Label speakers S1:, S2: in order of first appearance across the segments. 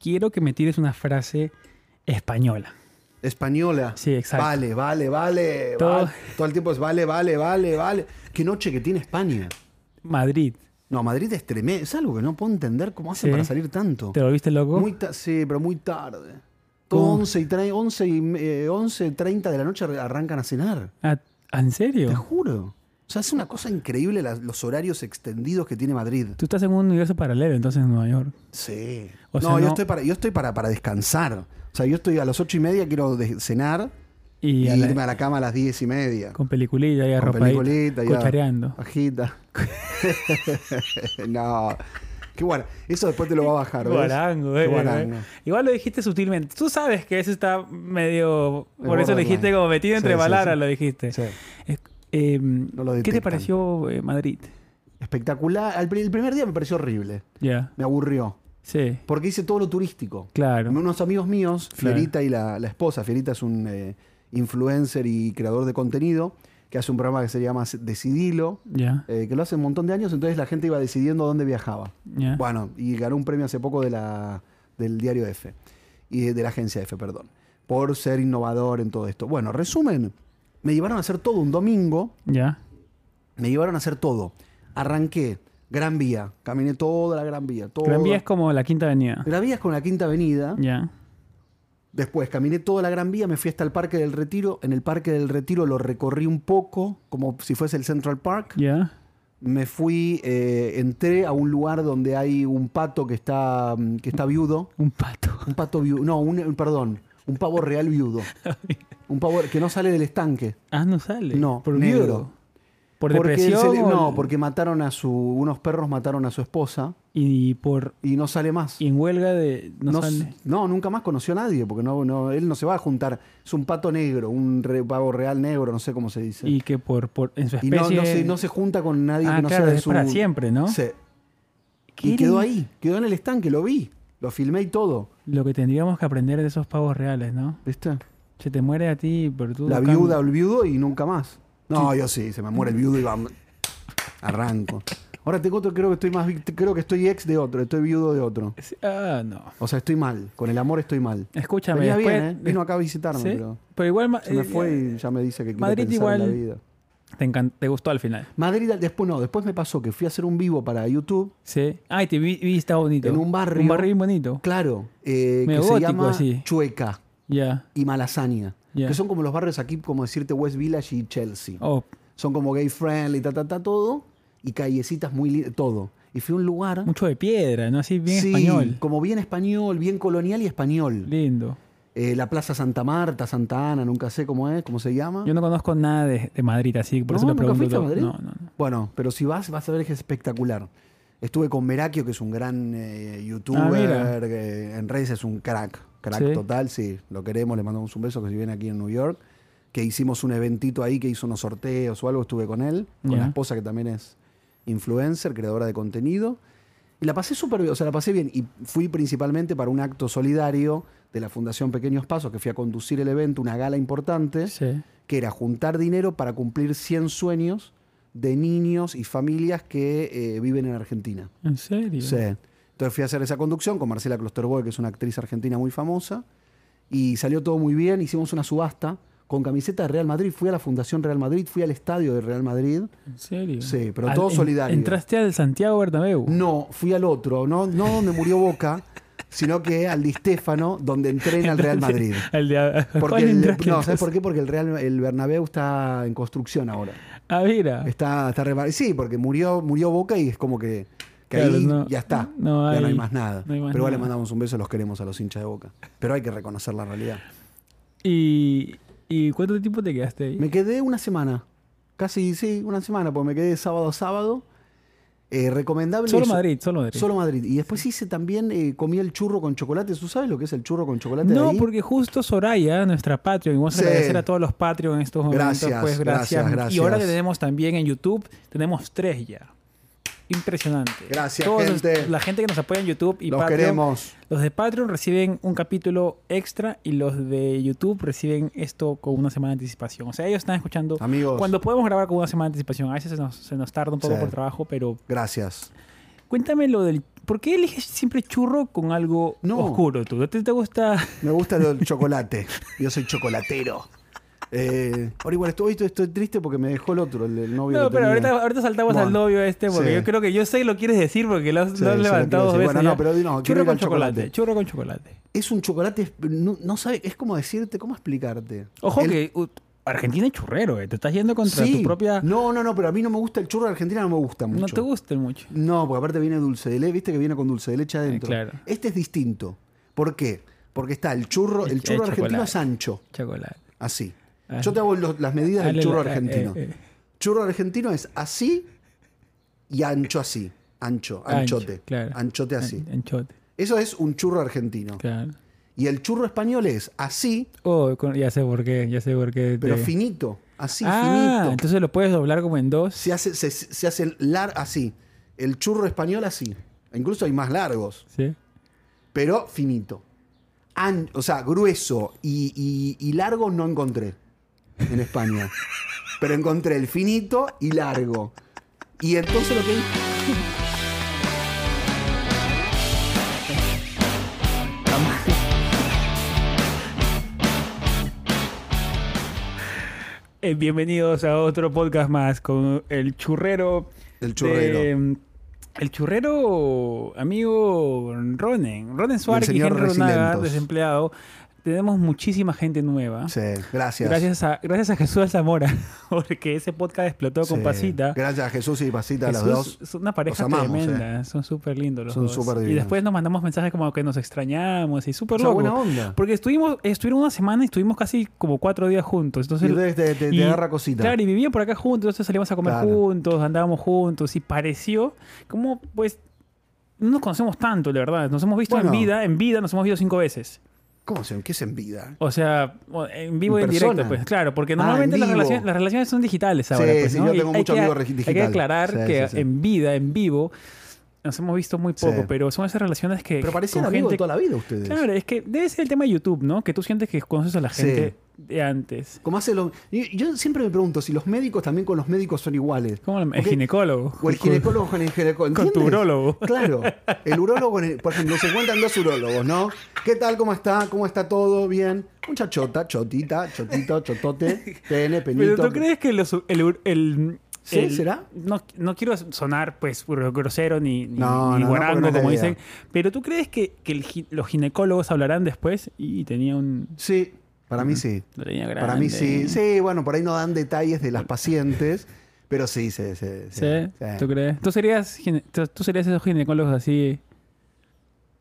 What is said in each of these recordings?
S1: quiero que me tires una frase española.
S2: Española.
S1: Sí, exacto.
S2: Vale, vale, vale.
S1: Todo-
S2: Todo, todo el tiempo es vale, vale, vale, vale. Qué noche que tiene España.
S1: Madrid.
S2: No, Madrid es tremendo. Es algo que no puedo entender cómo hacen
S1: Sí.
S2: para salir tanto.
S1: ¿Te lo viste loco?
S2: Muy ta- sí, pero muy tarde. Todo
S1: ¿Cómo?
S2: 11 y, tre- 11 y eh, 11, 30 de la noche re- arrancan a cenar.
S1: Ah, ¿En
S2: Te
S1: serio?
S2: juro. O sea, es una cosa increíble las- los horarios extendidos que tiene Madrid.
S1: Tú estás en un universo paralelo entonces en Nueva York.
S2: Sí.
S1: O sea,
S2: no, yo
S1: no-
S2: estoy, para, yo estoy para, para descansar. O sea, yo estoy a las ocho y media, quiero de- cenar y,
S1: Y a la-
S2: irme a la cama a las diez y media.
S1: con peliculilla y
S2: Con
S1: arropadita,
S2: peliculita, ya.
S1: cuchareando.
S2: Bajita. no. Qué bueno. Eso después te lo va a bajar. ¿ves?
S1: Guarango, eh,
S2: Qué guarango.
S1: eh. Igual lo dijiste sutilmente. Tú sabes que eso está medio.
S2: Es
S1: Por eso lo
S2: borderline.
S1: dijiste como metido
S2: Sí,
S1: entre
S2: sí,
S1: palabras,
S2: sí.
S1: lo dijiste.
S2: Sí.
S1: Es- eh,
S2: lo
S1: ¿Qué te
S2: detectan.
S1: pareció eh, Madrid?
S2: Espectacular. Al pri- El primer día me pareció horrible.
S1: Ya.
S2: Me aburrió.
S1: Sí,
S2: Porque hice todo lo turístico.
S1: claro.
S2: Unos amigos míos,
S1: Claro.
S2: Fierita y la, la esposa. Fierita es un eh, influencer y creador de contenido que hace un programa que se llama Decidilo,
S1: Ya.
S2: eh, que lo hace un montón de años, entonces la gente iba decidiendo dónde viajaba.
S1: ya.
S2: Bueno, y ganó un premio hace poco de la, del diario F, y de, de la agencia F, perdón, por ser innovador en todo esto. Bueno, resumen, me llevaron a hacer todo un domingo,
S1: Ya.
S2: me llevaron a hacer todo. Arranqué, Gran Vía, caminé toda la Gran Vía. Toda.
S1: Gran Vía es como la quinta avenida.
S2: Gran Vía es con la Quinta Avenida.
S1: Ya.
S2: Después caminé toda la Gran Vía, me fui hasta el Parque del Retiro. En el Parque del Retiro lo recorrí un poco, como si fuese el Central Park.
S1: Ya.
S2: Me fui, eh, entré a un lugar donde hay un pato que está, mm, que está viudo.
S1: Un pato.
S2: Un pato viudo, no, un, perdón, un pavo real viudo. Un pavo que no sale del estanque.
S1: Ah, no sale.
S2: No,
S1: por
S2: negro.
S1: miedo. Por
S2: Porque el
S1: depresión.
S2: cele-
S1: o-
S2: No, porque mataron a su, unos perros mataron a su esposa
S1: Y por.
S2: y no sale más.
S1: y en huelga de. No,
S2: No,
S1: sale.
S2: no, nunca más conoció a nadie, porque no, no, él no se va a juntar. Es un pato negro, un re- pavo real negro, no sé cómo se dice.
S1: Y que por, por. En su
S2: Y
S1: especie.
S2: no, no se, no se junta con nadie
S1: Ah,
S2: que no
S1: claro,
S2: sea de
S1: es
S2: su...
S1: para siempre, ¿no?
S2: Sí.
S1: ¿Qué
S2: Y quedó
S1: eres?
S2: ahí, quedó en el estanque, lo vi, lo filmé y todo.
S1: Lo que tendríamos que aprender de esos pavos reales, ¿no?
S2: ¿Viste?
S1: Se te muere a ti, pero tú.
S2: La
S1: acá-
S2: viuda o el viudo y nunca más. No, yo sí, se me muere el viudo y vamos. Arranco. Ahora tengo otro, creo que estoy más vict- creo que estoy ex de otro, estoy viudo de otro.
S1: Sí, Ah, no.
S2: O sea, estoy mal, con el amor estoy mal.
S1: Escúchame.
S2: Venía
S1: después-
S2: bien, ¿eh? Vino acá a visitarme,
S1: ¿Sí?
S2: pero
S1: Pero igual. ma-
S2: se me
S1: eh,
S2: fue y ya me dice que quiere
S1: Madrid
S2: pensar en
S1: igual-
S2: la vida.
S1: Te, encan- te gustó al final.
S2: Madrid después no, después me pasó que fui a hacer un vivo para YouTube
S1: Sí. Ay, te vi, vi, está bonito.
S2: En un barrio.
S1: Un barrio bien bonito.
S2: Claro, eh, que
S1: Medio
S2: se
S1: gótico,
S2: llama
S1: así.
S2: Chueca
S1: Ya.
S2: y Malasaña,
S1: Ya.
S2: que son como los barrios aquí, como decirte West Village y Chelsea.
S1: Oh,
S2: Son como gay friendly, ta, ta, ta, todo, y callecitas muy li- todo. Y fui a un lugar,
S1: mucho de piedra, ¿no? Así bien
S2: sí,
S1: español.
S2: como bien español, bien colonial y español.
S1: Lindo.
S2: Eh, la Plaza Santa Marta, Santa Ana, nunca sé cómo es, cómo se llama.
S1: Yo no conozco nada de, de Madrid, así por eso
S2: Ah. ¿No?
S1: lo pregunto.
S2: ¿Nunca fuiste a
S1: todo.
S2: Madrid?
S1: No, no, no.
S2: Bueno, pero si vas, vas a ver que es espectacular. Estuve con Merakio, que es un gran eh,
S1: Ah, mira.
S2: youtuber, que en redes es un crack, crack
S1: Sí.
S2: total, sí, lo queremos, le mandamos un beso que si viene aquí en New York, que hicimos un eventito ahí, que hizo unos sorteos o algo, estuve con él, con
S1: Ya.
S2: la esposa que también es influencer, creadora de contenido, y la pasé súper bien, o sea, la pasé bien, y fui principalmente para un acto solidario de la Fundación Pequeños Pasos, que fui a conducir el evento, una gala importante
S1: Sí.
S2: que era juntar dinero para cumplir 100 sueños de niños y familias que eh, viven en Argentina.
S1: ¿En serio?
S2: Sí. Entonces fui a hacer esa conducción con Marcela Klosterboy, que es una actriz argentina muy famosa, y salió todo muy bien, hicimos una subasta con camiseta de Real Madrid, fui a la Fundación Real Madrid, fui al estadio de Real Madrid.
S1: ¿En serio?
S2: Sí, pero
S1: Al-
S2: todo
S1: en-
S2: solidario.
S1: ¿Entraste al Santiago Bernabéu?
S2: No, fui al otro, no, no donde murió Boca, sino que al Di Stéfano, donde entrena el Real Madrid.
S1: Al de, ¿a
S2: Porque
S1: cuál
S2: el-
S1: entraste
S2: no, ¿sabes
S1: entonces?
S2: por qué? Porque el Real el Bernabéu está en construcción ahora.
S1: Ah, mira.
S2: Está, está re- Sí, porque murió, murió Boca y es como que, que
S1: Claro,
S2: ahí
S1: no-
S2: ya está.
S1: no
S2: ya no
S1: hay-
S2: hay más nada.
S1: no hay más
S2: Pero igual le
S1: nada.
S2: mandamos un beso, los queremos a los hinchas de Boca. Pero hay que reconocer la realidad.
S1: ¿Y, ¿Y cuánto tiempo te quedaste ahí?
S2: Me quedé una semana. Casi, sí, una semana, porque me quedé sábado a sábado. Eh, recomendable.
S1: Solo
S2: eso.
S1: Madrid, solo Madrid.
S2: Solo Madrid. Y después hice también, eh, comí el churro con chocolate. ¿Tú sabes lo que es el churro con chocolate? de
S1: No,
S2: ahí?
S1: porque justo Soraya, nuestra Patreon, y vamos a
S2: Sí.
S1: agradecer a todos los Patreon en estos momentos.
S2: Gracias,
S1: pues, gracias.
S2: gracias, gracias.
S1: Y ahora que tenemos también en YouTube, tenemos tres ya. Impresionante.
S2: Gracias,
S1: Todos los-
S2: gente.
S1: la gente que nos apoya en YouTube y
S2: Los
S1: Patreon.
S2: queremos.
S1: Los de Patreon reciben un capítulo extra y los de YouTube reciben esto con una semana de anticipación. O sea, ellos están escuchando.
S2: Amigos.
S1: Cuando podemos grabar con una semana de anticipación, a veces se nos, se nos tarda un poco
S2: Sí.
S1: por trabajo, pero
S2: Gracias.
S1: Cuéntame lo del... ¿Por qué eliges siempre churro con algo
S2: No.
S1: oscuro? ¿Tú? ¿A ti te gusta...?
S2: Me gusta el chocolate. Yo soy chocolatero. Eh, ahora igual estoy, hoy estoy, estoy triste porque me dejó el otro, el, el novio.
S1: No,
S2: que
S1: pero
S2: tenía.
S1: ahorita, ahorita saltamos
S2: Bueno.
S1: al novio este, porque
S2: Sí.
S1: yo creo que yo sé que lo quieres decir porque lo has,
S2: Sí,
S1: lo has
S2: sí, lo
S1: levantado dos
S2: quiero decir.
S1: veces.
S2: Bueno, no,
S1: ya.
S2: pero di no, quiero
S1: churro
S2: ir
S1: con
S2: al
S1: chocolate.
S2: chocolate.
S1: Churro con chocolate.
S2: Es un chocolate, no, no sabe, es como decirte, ¿cómo explicarte?
S1: Ojo
S2: El-
S1: que uh, Argentina es churrero, eh. te estás yendo contra
S2: Sí.
S1: tu propia... No,
S2: No, no, no, pero a mí no me gusta el churro de Argentina, no me gusta mucho.
S1: te gusta mucho.
S2: No, porque aparte viene dulce de leche, viste que viene con dulce de leche adentro.
S1: Eh, claro.
S2: Este es distinto. ¿Por qué? Porque está el churro,
S1: Es-
S2: el churro
S1: es
S2: argentino
S1: chocolate.
S2: es ancho,
S1: Chocolate.
S2: así.
S1: Ah.
S2: Yo te hago los- las medidas del
S1: Dale
S2: churro
S1: la- eh,
S2: argentino.
S1: eh, eh.
S2: Churro argentino es así y ancho así. Ancho,
S1: Ancho,
S2: anchote.
S1: claro.
S2: Anchote así.
S1: An- Anchote,
S2: Eso es un churro argentino.
S1: claro.
S2: Y el churro español es así,
S1: Oh, con- ya sé por qué, ya sé por qué.
S2: pero
S1: te-
S2: finito. Así,
S1: ah,
S2: finito.
S1: entonces lo puedes doblar como en dos.
S2: se hace, se, se hace lar así. El churro español así. Incluso hay más largos,
S1: Sí.
S2: pero finito. An- o sea, grueso y, y- y largo no encontré en España. pero encontré el finito y largo. Y entonces lo que...
S1: Eh, bienvenidos a otro podcast más con el churrero.
S2: El churrero.
S1: de- mm, el churrero, amigo Ronen. Ronen Suárez, y
S2: señor
S1: Henry Ronaga,
S2: Resilentos.
S1: desempleado. Tenemos muchísima gente nueva.
S2: Sí, gracias.
S1: Gracias a, gracias a Jesús Zamora, porque ese podcast explotó con
S2: Sí.
S1: Pasita.
S2: Gracias a Jesús y Pasita, los
S1: Jesús
S2: dos.
S1: Es una pareja
S2: los amamos, ¿eh?
S1: tremenda, son súper lindos los
S2: Son
S1: dos.
S2: súper
S1: y
S2: divinos.
S1: después nos mandamos mensajes como que nos extrañamos y súper
S2: O sea,
S1: loco.
S2: buena onda.
S1: Porque estuvimos, estuvieron una semana y estuvimos casi como cuatro días juntos. Entonces,
S2: Y entonces te, te- te
S1: y-
S2: agarra cosita.
S1: Claro, y vivían por acá juntos, entonces salíamos a comer
S2: Claro.
S1: juntos, andábamos juntos y pareció como pues no nos conocemos tanto, la verdad. Nos hemos visto en
S2: Bueno.
S1: vida, en vida nos hemos visto cinco veces.
S2: ¿Cómo se ¿Qué es en vida?
S1: O sea, bueno, en vivo y en
S2: En
S1: directo,
S2: persona.
S1: pues claro, porque
S2: Ah,
S1: normalmente
S2: en
S1: las,
S2: vivo.
S1: relaciones, las relaciones son digitales
S2: Sí,
S1: ahora. pues,
S2: sí,
S1: ¿no?
S2: yo
S1: Y
S2: tengo
S1: hay
S2: mucho
S1: que-
S2: amigo
S1: Hay que
S2: digital.
S1: aclarar
S2: Sí,
S1: que
S2: sí, sí.
S1: en vida, en vivo, nos hemos visto muy
S2: Sí.
S1: poco, pero son esas relaciones que.
S2: Pero parecían
S1: Eh, con
S2: amigos de
S1: gente-
S2: toda la vida ustedes.
S1: Claro, es que debe ser el tema de YouTube, ¿no? Que tú sientes que conoces a la
S2: Sí.
S1: gente de antes.
S2: Como hace los- y- Yo siempre me pregunto si los médicos también con los médicos son iguales.
S1: Como el, el
S2: Porque-
S1: ginecólogo.
S2: O el ginecólogo con el
S1: Con
S2: ginecólogo.
S1: tu
S2: ¿entiendes?
S1: urólogo.
S2: Claro. El urólogo, en el- por ejemplo, se encuentran dos urólogos, ¿no? ¿Qué tal? ¿Cómo está? ¿Cómo está todo? ¿Bien? Mucha chota, chotita, chotito, chotote, pene, penito.
S1: Pero tú crees que los- el, el,
S2: ¿Sí?
S1: el-
S2: ¿Será?
S1: No, no quiero sonar pues gro- grosero ni, ni,
S2: No,
S1: ni
S2: no,
S1: guarango,
S2: no, porque no es la
S1: como
S2: idea.
S1: dicen, pero tú crees que, que el gi- los ginecólogos hablarán después y tenía un...
S2: Sí, para mí sí.
S1: lo tenía
S2: Para mí
S1: grande.
S2: sí. Sí, bueno, por ahí no dan detalles de las pacientes, pero sí, sí, sí. sí,
S1: ¿Sí?
S2: sí.
S1: ¿Tú crees? ¿Tú serías, gine- tú- tú serías esos ginecólogos así?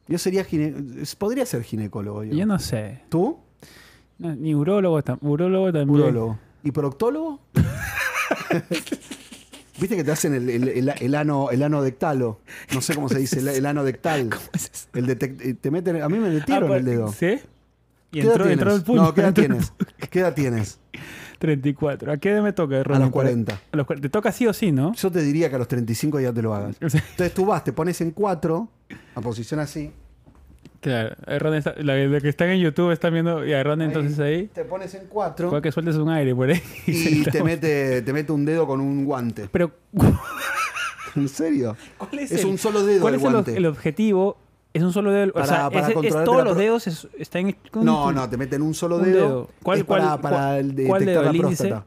S2: Yo sería gine- podría ser ginecólogo. Yo.
S1: Yo no sé.
S2: ¿Tú?
S1: No, ni urólogo, tam- urólogo también.
S2: Urólogo. ¿Y proctólogo? Viste que te hacen el, el, el- el ano, el ano dectalo. No sé cómo se dice, el, el ano dectal. El detec- eh, te meten, a mí me
S1: Ah,
S2: metieron
S1: pa-
S2: el dedo.
S1: ¿Sí? Y
S2: ¿Qué edad
S1: entró,
S2: tienes?
S1: entró el puño.
S2: No, ¿qué edad
S1: entró el
S2: tienes? ¿Qué edad tienes?
S1: 34. ¿A qué edad me toca,
S2: A
S1: Ronnie?
S2: los 40.
S1: A los 40. Te toca sí o sí, ¿no?
S2: Yo te diría que a los 35 ya te lo hagas. Entonces tú vas, te pones en cuatro, a posición así.
S1: Claro, eh, Ron está- la, la que están en YouTube están viendo, y a Ron entonces ahí,
S2: Te pones en cuatro
S1: puede que sueltes un aire por ahí. y
S2: y
S1: sentamos.
S2: te mete, te mete un dedo con un guante.
S1: Pero,
S2: ¿En serio?
S1: ¿cuál es,
S2: Es
S1: el,
S2: un solo dedo
S1: cuál
S2: el
S1: es el,
S2: guante.
S1: el objetivo? Es un solo dedo,
S2: Para-
S1: o sea,
S2: para
S1: es- es,
S2: controlarte
S1: todos
S2: la
S1: los
S2: pro-
S1: dedos es- están... en- este,
S2: No, no, te meten un solo
S1: Un
S2: dedo.
S1: dedo. ¿Cuál-
S2: Es para,
S1: cuál-
S2: para
S1: cuál-
S2: el
S1: cuál dedo?
S2: detectar la
S1: ¿El índice?
S2: próstata.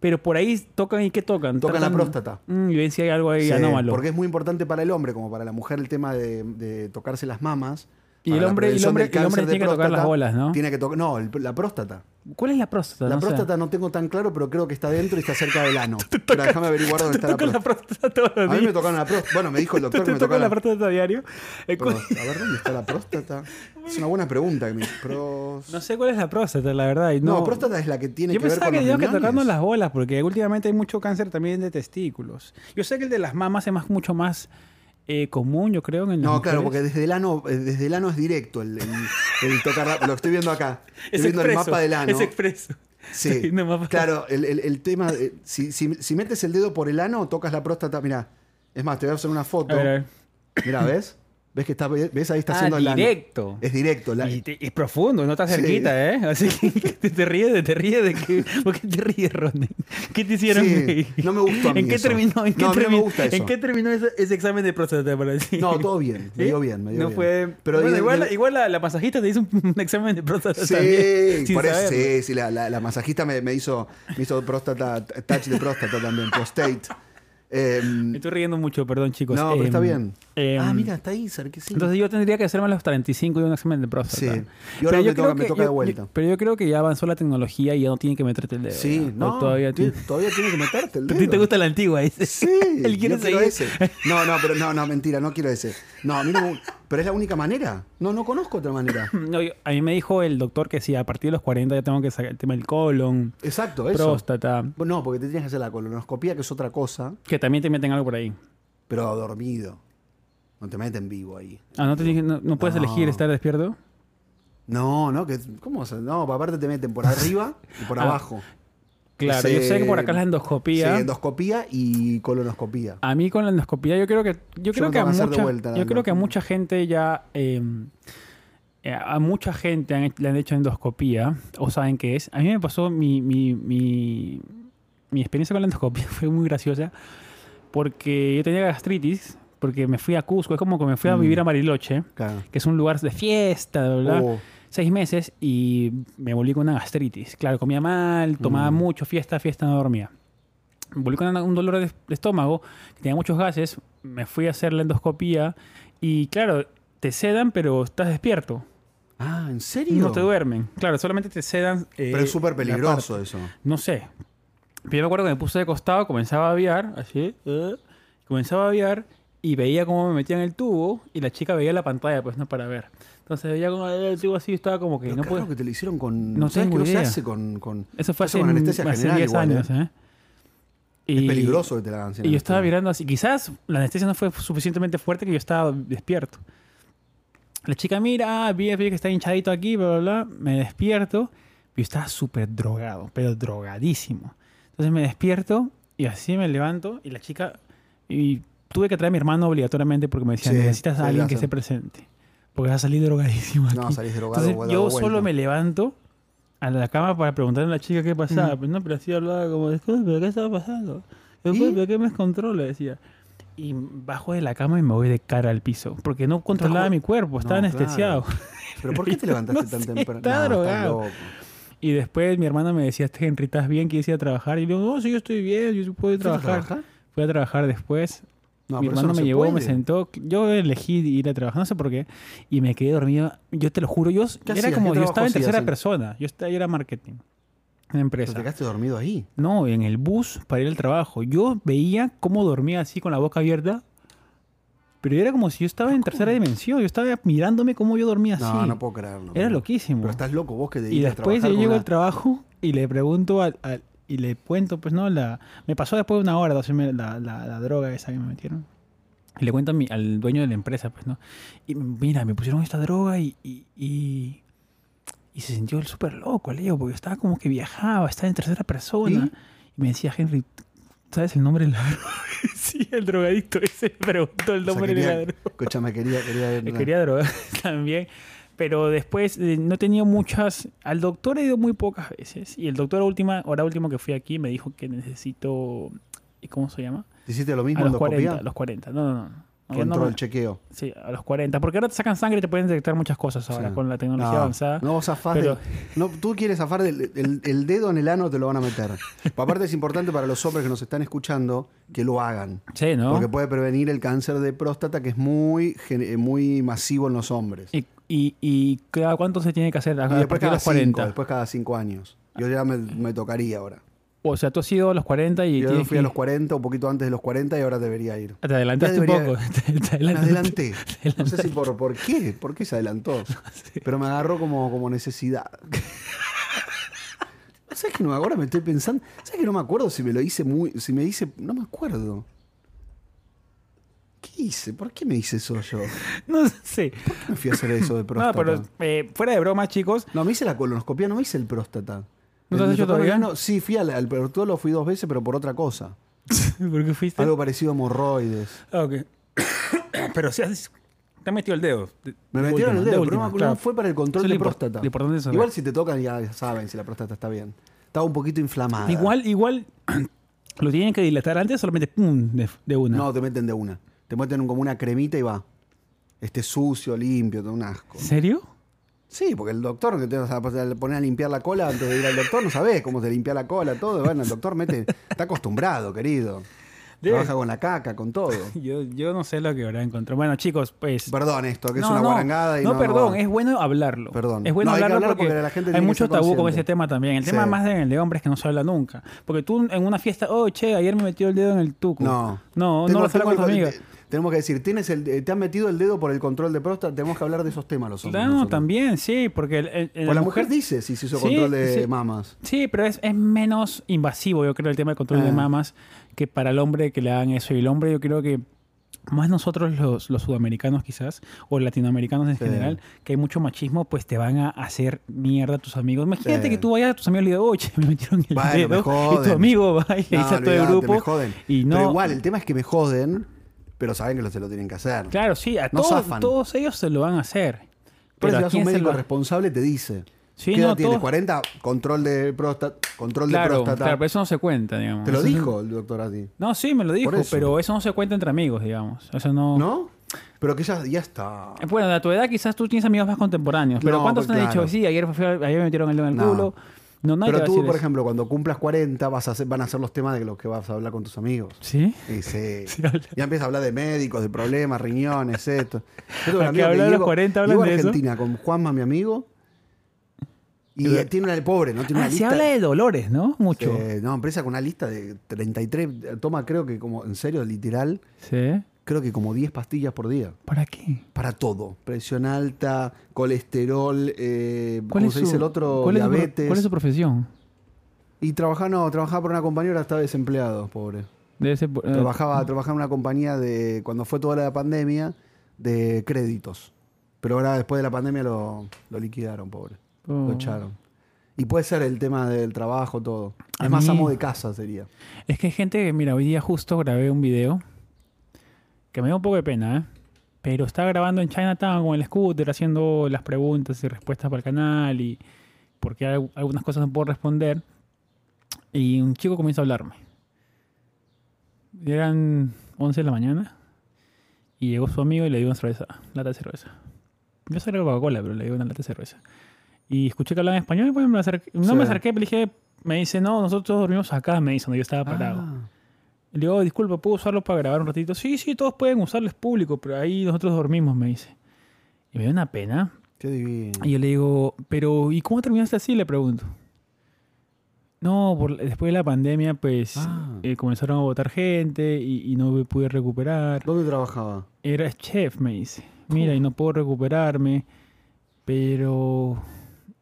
S1: Pero por ahí tocan, ¿y qué tocan?
S2: Tocan la
S1: Tratan-
S2: próstata.
S1: Mm, y ven si hay algo ahí
S2: Sí,
S1: anómalo.
S2: porque es muy importante para el hombre, como para la mujer, el tema de, de tocarse las mamas.
S1: Y
S2: Para
S1: el
S2: la
S1: hombre- y el
S2: prevención
S1: hombre-
S2: del
S1: y el hombre
S2: cáncer de
S1: tiene que tocar
S2: próstata,
S1: las bolas, ¿no?
S2: Tiene que tocar. No, el- la próstata.
S1: ¿Cuál es la próstata?
S2: La
S1: No sé.
S2: próstata no tengo tan claro, pero creo que está dentro y está cerca del ano. Pero
S1: tocas-
S2: déjame averiguar
S1: Te
S2: dónde está la
S1: tocan la
S2: próstata.
S1: próstata todos los
S2: A mí me
S1: días.
S2: tocaron la próstata. Bueno, me dijo el doctor que
S1: ¿Te
S2: me
S1: tocan
S2: tocaron
S1: la
S2: la
S1: próstata a diario? Eh, cu-
S2: próstata. A ver, ¿dónde está la próstata? Es una buena pregunta. que me- pros-
S1: No sé cuál es la próstata, la verdad. y
S2: No,
S1: No,
S2: próstata es la que tiene
S1: Yo
S2: que ver
S1: pensaba
S2: con
S1: que
S2: los
S1: teníamos que
S2: riñones.
S1: tocarnos las bolas, porque últimamente hay mucho cáncer también de testículos. Yo sé que el de las mamas es más, mucho más eh, común, yo creo, en las
S2: No, claro, porque
S1: mujeres.
S2: desde el ano, eh, desde el ano es directo el, el- el tocar. la- Lo estoy viendo acá. Estoy
S1: es
S2: viendo
S1: expreso,
S2: el mapa del ano.
S1: Es expreso. Estoy
S2: Sí.
S1: viendo el mapa.
S2: Claro, el, el- el tema. eh, si, si- si metes el dedo por el ano, tocas la próstata. Mira, es más, te voy a hacer una
S1: A
S2: foto.
S1: ver, a ver.
S2: Mira, ¿ves? Ves que está, ves ahí está
S1: Ah,
S2: haciendo el ano.
S1: directo.
S2: Es directo. la-
S1: Y te- es profundo, no está cerquita, ¿eh? Así que, que te, te ríes, de- te ríes de que... ¿Por qué te ríes, Ronnie? ¿Qué te hicieron?
S2: Sí,
S1: güey?
S2: no me gustó a mí
S1: ¿En qué
S2: eso.
S1: terminó? ¿En qué,
S2: No, a mí no me
S1: terminó-
S2: gusta
S1: ¿en
S2: eso.
S1: qué terminó ese, ese examen de próstata para ti?
S2: No, todo bien, me dio
S1: ¿Sí?
S2: bien, me dio
S1: no
S2: bien.
S1: fue...
S2: Pero
S1: Bueno,
S2: de-
S1: igual,
S2: de-
S1: igual la, la masajista te hizo un, un examen de próstata también.
S2: Sí,
S1: sin
S2: por eso,
S1: saberlo.
S2: sí, sí, la, la- la masajista me, me hizo, me hizo próstata, touch de próstata también, prostate. Em,
S1: Me estoy riendo mucho, perdón, chicos.
S2: No, pero está
S1: Em,
S2: bien.
S1: em,
S2: ah, mira, está ahí, cerca, sí.
S1: Entonces yo tendría que hacerme a los 35 y un examen de próstata.
S2: Sí. Y
S1: Pero
S2: ahora me
S1: yo
S2: toca-
S1: creo
S2: me
S1: que-
S2: toca de
S1: yo-
S2: vuelta.
S1: yo- pero yo creo que ya avanzó la tecnología y ya no tienen que meterte el dedo.
S2: sí,
S1: ¿verdad? O
S2: no,
S1: Todavía
S2: todavía,
S1: tiene-
S2: todavía tiene que meterte el
S1: ¿A ti te
S2: dedo.
S1: gusta la antigua? Dice.
S2: Sí,
S1: Él quiere
S2: yo quiero
S1: seguir.
S2: ese. No, no, pero no, no, mentira, no quiero ese. No, a mí no me gu- Pero es la única manera. No, no conozco otra manera.
S1: No, yo- a mí me dijo el doctor que sí, a partir de los 40 ya tengo que sacar el tema del colon,
S2: Exacto, eso.
S1: próstata,
S2: No, porque te tienes que hacer la colonoscopía, que es otra cosa,
S1: que también te meten algo por ahí.
S2: pero dormido. No te meten vivo ahí.
S1: Ah, no, te dije- no- no puedes
S2: No.
S1: elegir estar despierto.
S2: No, no, que ¿cómo? se- No, aparte te meten por arriba y por
S1: Ah,
S2: abajo.
S1: Claro,
S2: Sí.
S1: yo sé que por acá es la endoscopía.
S2: Sí, endoscopía y colonoscopía.
S1: A mí con la endoscopía, yo creo que, yo creo
S2: me
S1: que a
S2: tengo que
S1: mucha,
S2: hacer de vuelta la
S1: yo creo que a
S2: endoscopia.
S1: mucha gente ya, eh, eh, a mucha gente han- le han hecho endoscopía o saben qué es. A mí me pasó mi, mi, mi, mi experiencia con la endoscopía fue muy graciosa porque yo tenía gastritis porque me fui a Cusco, es como que me fui a
S2: Mm.
S1: vivir a Mariloche,
S2: Claro.
S1: que es un lugar de fiesta, ¿verdad?
S2: Oh,
S1: Seis meses y me volví con una gastritis. Claro, comía mal, tomaba
S2: Mm.
S1: mucho, fiesta, fiesta, no dormía. Me volví con una- un dolor de de estómago, que tenía muchos gases, me fui a hacer la endoscopía y claro, te sedan pero estás despierto.
S2: Ah, ¿en serio?
S1: No te duermen. Claro, solamente te sedan. eh,
S2: Pero es súper
S1: la
S2: peligroso eso.
S1: parte. No sé. Pero yo me acuerdo que me puse de costado, comenzaba a aviar, así, eh, comenzaba a aviar y veía cómo me metían el tubo y la chica veía la pantalla, pues no para ver. Entonces veía como el tubo así, estaba como que
S2: Pero
S1: no
S2: qué
S1: puedo.
S2: raro que te lo hicieron con.
S1: No
S2: ¿sabes
S1: tengo
S2: que no
S1: idea.
S2: se hace con. con
S1: Eso fue hace,
S2: se hace con anestesia
S1: hace
S2: general
S1: 10
S2: igual,
S1: años, ¿eh?
S2: es
S1: Y-
S2: peligroso que te la hagan sin
S1: Y yo estaba
S2: anestesia.
S1: mirando así. Quizás la anestesia no fue suficientemente fuerte que yo estaba despierto. La chica mira, ah, vi, vi que está hinchadito aquí, bla, bla, bla. Me despierto. Yo estaba súper drogado, pero drogadísimo. Entonces me despierto y así me levanto y la chica... Y tuve que traer a mi hermano obligatoriamente porque me decían,
S2: Sí,
S1: necesitas
S2: sí,
S1: a alguien
S2: la
S1: que
S2: hacen.
S1: esté presente. Porque vas a salir drogadísimo aquí.
S2: No, salís drogado.
S1: Entonces,
S2: dado
S1: yo
S2: vuelta.
S1: solo me levanto a la cama para preguntarle a la chica qué pasaba. Pues no, pero así hablaba como, "Disculpe, ¿pero qué estaba pasando? Disculpe,
S2: ¿Y?
S1: ¿pero qué me descontrola? Decía. Y bajo de la cama y me voy de cara al piso. Porque no controlaba
S2: jod-
S1: mi cuerpo, estaba
S2: No,
S1: anestesiado.
S2: ¿Pero por qué te levantaste tan
S1: sé,
S2: temprano?
S1: está
S2: No, estás
S1: drogado.
S2: loco.
S1: Y después mi hermana me decía, "Este Henry, ¿estás bien? ¿Quieres ir a trabajar? Y yo, no, sí, yo estoy bien, yo sí puedo ir a
S2: ¿Fuiste a
S1: trabajar.
S2: trabajar?
S1: Fui a trabajar después.
S2: No,
S1: mi
S2: pero eso
S1: hermano
S2: no
S1: me
S2: se
S1: llevó, me
S2: puede.
S1: sentó. Yo elegí ir a trabajar, no sé por qué. Y me quedé dormido. Yo te lo juro, yo
S2: ¿Qué
S1: era
S2: hacías?
S1: como
S2: ¿Qué
S1: yo
S2: trabajo
S1: estaba en
S2: hacías
S1: tercera
S2: en-
S1: persona. Yo estaba, yo era marketing. Una
S2: Pero
S1: empresa.
S2: te quedaste dormido ahí.
S1: No, en el bus para ir al trabajo. Yo veía cómo dormía así con la boca abierta. Pero era como si yo estaba en tercera dimensión. Yo estaba mirándome cómo yo dormía así.
S2: No, no puedo creerlo.
S1: Ah, Era
S2: boludo.
S1: loquísimo.
S2: Pero estás loco vos que de
S1: Y
S2: ir a
S1: después yo
S2: trabajar con
S1: llego
S2: una-
S1: al trabajo y le pregunto al, al- y le cuento, pues no, la me pasó después de una hora de hacerme la, la- la droga esa que me metieron. Y le cuento a mi- al dueño de la empresa, pues no. Y mira, me pusieron esta droga y, y, y, y se sintió él súper loco, Leo, porque estaba como que viajaba, estaba en tercera persona. Y me decía, Henry, ¿sabes el nombre de la droga? sí, el drogadicto ese me preguntó el
S2: O sea,
S1: nombre
S2: quería-
S1: de la droga.
S2: Escuchame, quería, quería ir-
S1: Me quería drogar también. Pero después eh, no he tenido muchas. Al doctor he ido muy pocas veces. Y el doctor, a última, ahora último que fui aquí, me dijo que necesito. ¿y ¿Cómo se llama?
S2: ¿Hiciste lo
S1: A
S2: mismo
S1: los
S2: endoscopía?
S1: 40. A los 40. No, no, no. no. ya no
S2: Control,
S1: me-
S2: chequeo.
S1: sí, a los 40. Porque ahora te sacan sangre y te pueden detectar muchas cosas ahora
S2: Sí.
S1: con la tecnología
S2: no,
S1: avanzada.
S2: No vos zafás
S1: pero-
S2: de- no, tú quieres zafar del el, el dedo en el ano, te lo van a meter. Aparte es importante para los hombres que nos están escuchando que lo hagan.
S1: Sí, ¿no?
S2: Porque puede prevenir el cáncer de próstata que es muy, gen- eh, muy masivo en los hombres.
S1: Y, y, y cada cuánto se tiene que hacer? A,
S2: Y
S1: a partir de
S2: después cada,
S1: los
S2: cinco,
S1: 40.
S2: después cada cinco años. Yo ya me, me tocaría ahora.
S1: o sea, tú has ido a los 40 y.
S2: Yo
S1: tienes
S2: fui a
S1: que-
S2: los 40, un poquito antes de los 40 y ahora debería ir.
S1: Te adelantaste
S2: Ya
S1: un
S2: debería-
S1: poco. Te- te
S2: Me
S1: adelantaste.
S2: adelanté. No sé si por, por qué, por qué se adelantó. Pero me agarró como, como necesidad. ¿Sabes que no? Ahora me estoy pensando. ¿Sabes que no me acuerdo si me lo hice muy. Si me hice. No me acuerdo. ¿Qué hice? ¿Por qué me hice eso yo?
S1: No sé.
S2: ¿Por qué me fui a hacer eso de
S1: No,
S2: próstata? No,
S1: pero eh, fuera de bromas, chicos.
S2: me hice la colonoscopia, no me hice el próstata.
S1: ¿No te has
S2: Me
S1: hecho
S2: tocó el
S1: todavía?
S2: ano- sí, fui al, al proctólogo, fui dos veces, pero por otra cosa.
S1: ¿Por qué fuiste?
S2: Algo parecido a hemorroides.
S1: Ah, ok. Pero si has, Te han metido el dedo. De-
S2: Me
S1: de
S2: metieron
S1: última,
S2: el
S1: de
S2: dedo, el
S1: última,
S2: problema
S1: claro.
S2: ocular fue para el control
S1: Eso es lo
S2: de
S1: impor-
S2: próstata.
S1: lo importante es saber.
S2: Igual si te tocan ya saben si la próstata está bien. Estaba un poquito inflamada.
S1: Igual, igual lo tienen que dilatar antes, solamente pum, de, de una.
S2: No, te meten de una. Te meten como una cremita y va. Este sucio, limpio, todo un asco.
S1: ¿En serio?
S2: Sí, porque el doctor que te vas a pasar- poner a limpiar la cola antes de ir al doctor, no sabés cómo te limpia la cola, todo. Bueno, el doctor mete, está acostumbrado, querido.
S1: Debe-
S2: Trabaja con la caca, con todo.
S1: Yo, yo no sé lo que habrá encontrado. Bueno, chicos, pues.
S2: Perdón esto, que
S1: no,
S2: es una
S1: no,
S2: guarangada y
S1: no,
S2: no,
S1: perdón,
S2: no.
S1: es bueno hablarlo.
S2: Perdón.
S1: Es bueno
S2: No, hay que
S1: hablarlo
S2: hablarlo
S1: porque,
S2: porque la gente
S1: hay
S2: tiene que
S1: mucho
S2: ser
S1: tabú con
S2: consciente.
S1: ese tema también. El
S2: Sí.
S1: tema más de, de hombres es que no se habla nunca. Porque tú en una fiesta, oh, che, ayer me metió el dedo en el tuco.
S2: No.
S1: No,
S2: Tengo-
S1: no lo hablas con tu
S2: tengo el-
S1: amiga.
S2: te- Tenemos que decir, tienes el, eh, te han metido el dedo por el control de próstata, tenemos que hablar de esos temas los hombres.
S1: No,
S2: nosotros.
S1: también, sí, porque el- el- el-
S2: Pues la mujer dice si se hizo
S1: Sí,
S2: control de
S1: sí.
S2: mamas.
S1: Sí, pero es, es menos invasivo, yo creo, el tema del control de
S2: Ah.
S1: mamas que para el hombre que le hagan eso. Y el hombre, yo creo que más nosotros los, los sudamericanos quizás, o latinoamericanos en
S2: Sí.
S1: general, que hay mucho machismo, pues te van a hacer mierda a tus amigos. Imagínate
S2: Sí.
S1: que tú vayas a tus amigos y le digas, oye, me metieron el
S2: Bueno, me
S1: dedo", y tu
S2: joden.
S1: amigo va y le
S2: No,
S1: dice a todo el
S2: olvidate,
S1: grupo.
S2: me joden.
S1: Y no,
S2: Pero igual, el tema es que me joden, pero saben que lo, se lo tienen que hacer.
S1: claro, sí, a
S2: No
S1: todos,
S2: zafan.
S1: todos ellos se lo van a hacer.
S2: pero
S1: Pero
S2: si
S1: a
S2: vas a
S1: quién
S2: un
S1: se
S2: médico
S1: lo-
S2: responsable, te dice.
S1: Sí,
S2: ¿Qué
S1: no,
S2: edad tienes?
S1: todos-
S2: 40, control de próstata, control de
S1: Claro,
S2: próstata.
S1: claro, pero eso no se cuenta, digamos.
S2: te lo
S1: Eso no-
S2: dijo el doctor a ti.
S1: No, sí, me lo dijo,
S2: Por eso.
S1: pero eso no se cuenta entre amigos, digamos. Eso no.
S2: ¿No? Pero que ya, ya está.
S1: Eh, Bueno, a tu edad quizás tú tienes amigos más contemporáneos, pero
S2: No,
S1: ¿cuántos
S2: pues,
S1: te han
S2: claro.
S1: dicho? Sí, ayer, fui a- ayer me metieron el dedo en el
S2: No.
S1: culo. No, nadie te
S2: pero
S1: va a
S2: tú,
S1: decir
S2: por
S1: eso.
S2: ejemplo, cuando cumplas 40, vas a hacer- van a ser los temas de los que vas a hablar con tus amigos.
S1: ¿Sí?
S2: Y sí.
S1: Sí, habla.
S2: Ya empieza a hablar de médicos, de problemas, riñones, esto. Yo tengo un
S1: Acá
S2: amigo que
S1: hablan los
S2: llego-
S1: 40, hablan
S2: llego a
S1: de eso.
S2: Argentina con Juanma, mi amigo. Y eh, tiene una el pobre, ¿no? Tiene
S1: Ah,
S2: una
S1: se
S2: lista.
S1: habla de dolores, ¿no? Mucho.
S2: eh, no, empieza con una lista de 33. Toma, creo que como, en serio, literal,
S1: ¿Sí?
S2: creo que como 10 pastillas por día.
S1: ¿Para qué?
S2: Para todo. Presión alta, colesterol, eh,
S1: ¿Cuál
S2: ¿cómo
S1: es
S2: se
S1: su-
S2: dice el otro?
S1: cuál es su pro-
S2: diabetes.
S1: ¿Cuál es su profesión?
S2: Y trabajaba, no, trabajaba por una compañía, ahora está desempleado, pobre.
S1: Debe ser por- eh,
S2: Trabajaba, trabajaba en una compañía de, cuando fue toda la pandemia, de créditos. Pero ahora después de la pandemia lo, lo liquidaron, pobre. Lo
S1: Oh.
S2: echaron. Y puede ser el tema del trabajo, todo.
S1: A
S2: Es más
S1: mí-
S2: amo de casa sería.
S1: Es que hay gente que, mira, hoy día justo grabé un video que me da un poco de pena, ¿eh? Pero estaba grabando en Chinatown con el scooter, haciendo las preguntas y respuestas para el canal y porque al- algunas cosas no puedo responder. Y un chico comienza a hablarme. Y eran 11 de la mañana y llegó su amigo y le dio una cerveza, lata de cerveza. Yo sabía que era Coca-Cola, pero le dio una lata de cerveza. Y escuché que hablaban español y bueno, me acerqué- no
S2: Sí.
S1: me acerqué, pero dije, me dice, no, nosotros dormimos acá, me dice, donde yo estaba parado.
S2: Ah,
S1: Le digo, "Oh, disculpa, ¿puedo usarlo para grabar un ratito? Sí, sí, todos pueden usarlo, es público, pero ahí nosotros dormimos, me dice. Y me dio una pena.
S2: qué divino.
S1: Y yo le digo, pero ¿y cómo terminaste así? Le pregunto. No, por- después de la pandemia, pues
S2: Ah.
S1: eh, comenzaron a votar gente y, y no me pude recuperar.
S2: ¿Dónde trabajaba?
S1: Era chef, me dice. Mira, y no puedo recuperarme, pero...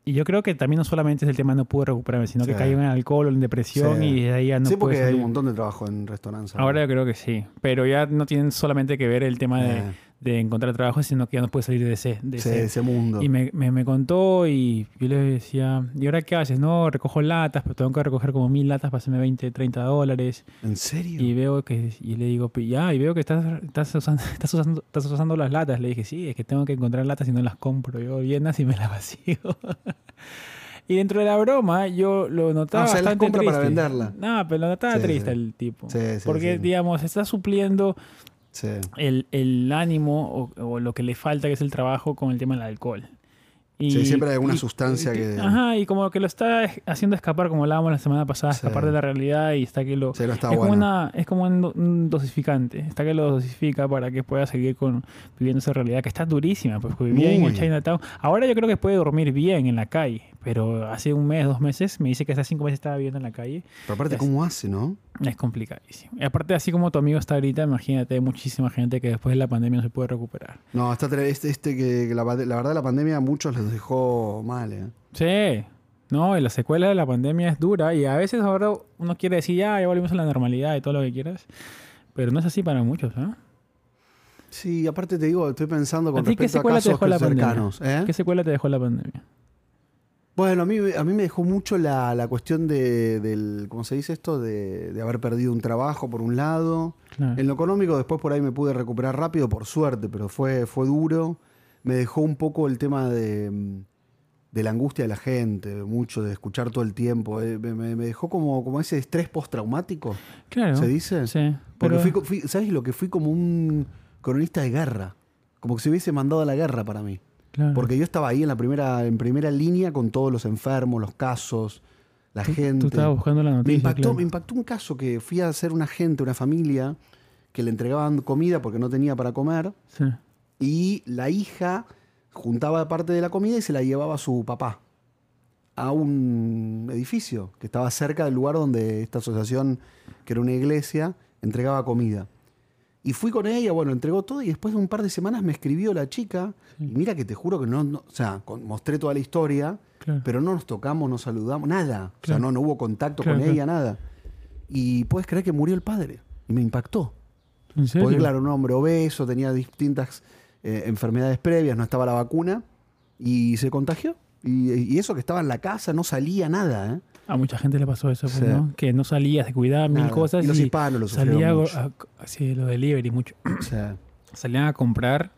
S1: Y yo creo que también no solamente es el tema no pude recuperarme, sino que
S2: Sí.
S1: caigo en alcohol o en depresión
S2: Sí.
S1: y de ahí ya no
S2: sí,
S1: puedes
S2: porque hay
S1: salir.
S2: un montón de trabajo en restaurantes. Eh,
S1: Ahora yo creo que sí, pero ya no tienen solamente que ver el tema de,
S2: Eh.
S1: de encontrar trabajo, sino que ya no puede salir de ese. de
S2: Sí,
S1: ese.
S2: ese mundo.
S1: Y me, me- me contó y yo le decía, ¿y ahora qué haces? No, recojo latas, pero tengo que recoger como mil latas para hacerme 20, 30 dólares.
S2: ¿En serio?
S1: Y veo que, y le digo, "Pi- ya, y veo que estás, estás, usando, estás, usando, estás usando las latas. Le dije, sí, es que tengo que encontrar latas y no las compro yo llenas y me las vacío. y dentro de la broma, yo lo notaba.
S2: Ah, o sea, las
S1: bastante
S2: compra para
S1: triste.
S2: venderla.
S1: No, pero lo notaba
S2: Sí,
S1: triste
S2: sí.
S1: el tipo.
S2: Sí, sí,
S1: porque,
S2: sí.
S1: digamos, está supliendo
S2: Sí.
S1: el, el ánimo o, o lo que le falta, que es el trabajo, con el tema del alcohol. Y,
S2: Sí, siempre hay alguna
S1: y-
S2: sustancia
S1: y-
S2: que-
S1: Ajá, y como que lo está es- haciendo escapar, como hablábamos la semana pasada,
S2: Sí.
S1: escapar de la realidad y está que lo...
S2: Sí, no está
S1: es, como
S2: bueno.
S1: una, es como un, do- un dosificante, está que lo dosifica para que pueda seguir con, viviendo esa realidad, que está durísima, pues porque vivía en
S2: Muy.
S1: el Chinatown. Ahora yo creo que puede dormir bien en la calle, pero hace un mes, dos meses, me dice que hace cinco meses estaba viviendo en la calle
S2: Pero aparte,
S1: Es-
S2: ¿cómo hace, no?
S1: es complicadísimo. Y aparte, así como tu amigo está ahorita, imagínate, hay muchísima gente que después de la pandemia no se puede recuperar.
S2: No, está tre- este, este que que la, la verdad la pandemia a muchos les dejó mal, ¿eh?
S1: Sí. No, y la secuela de la pandemia es dura y a veces ahora uno quiere decir, ya, ya volvimos a la normalidad y todo lo que quieras. Pero no es así para muchos, ¿ah? ¿no?
S2: Sí, aparte te digo, estoy pensando
S1: ¿A
S2: con
S1: ti qué
S2: respecto
S1: secuela
S2: a
S1: te
S2: casos
S1: dejó la
S2: cercanos.
S1: pandemia?
S2: ¿eh?
S1: ¿Qué secuela te dejó la pandemia?
S2: Bueno, a mí, a mí me dejó mucho la, la cuestión de, del, ¿cómo se dice esto? De, de haber perdido un trabajo, por un lado.
S1: Claro.
S2: En lo económico, después por ahí me pude recuperar rápido, por suerte, pero fue, fue duro. Me dejó un poco el tema de, mm, de la angustia de la gente, mucho, de escuchar todo el tiempo. Eh, Me, me- me dejó como, como ese estrés postraumático,
S1: Claro.
S2: ¿se dice?
S1: Sí.
S2: Porque
S1: Pero,
S2: fui co- fui- ¿sabes lo que fui como un cronista de guerra? Como que se hubiese mandado a la guerra para mí.
S1: claro.
S2: Porque yo estaba ahí en la primera, en primera línea con todos los enfermos, los casos, la
S1: Tú-
S2: gente.
S1: Tú estabas buscando la noticia.
S2: me, impactó,
S1: claro.
S2: me impactó un caso que fui a hacer una gente, una familia, que le entregaban comida porque no tenía para comer,
S1: Sí.
S2: y la hija juntaba parte de la comida y se la llevaba a su papá a un edificio que estaba cerca del lugar donde esta asociación, que era una iglesia, entregaba comida. Y fui con ella, bueno, entregó todo y después de un par de semanas me escribió la chica. Y mira que te juro que no, no- o sea, con- mostré toda la historia,
S1: Claro.
S2: pero no nos tocamos, no saludamos, nada. O sea,
S1: Claro.
S2: no, no hubo contacto
S1: Claro,
S2: con
S1: claro.
S2: ella, nada. Y puedes creer que murió el padre. Y me impactó.
S1: ¿En serio?
S2: Porque claro, un hombre obeso, tenía distintas eh, enfermedades previas, no estaba la vacuna y se contagió. Y, y eso que estaba en la casa, no salía nada. ¿eh?
S1: A mucha gente le pasó eso, pues,
S2: Sí.
S1: ¿no? Que no salía, se cuidaba mil
S2: Nada.
S1: cosas.
S2: Y los hispanos lo sufrieron
S1: salía ah.
S2: mucho.
S1: así los delivery mucho.
S2: O sea,
S1: Salían a comprar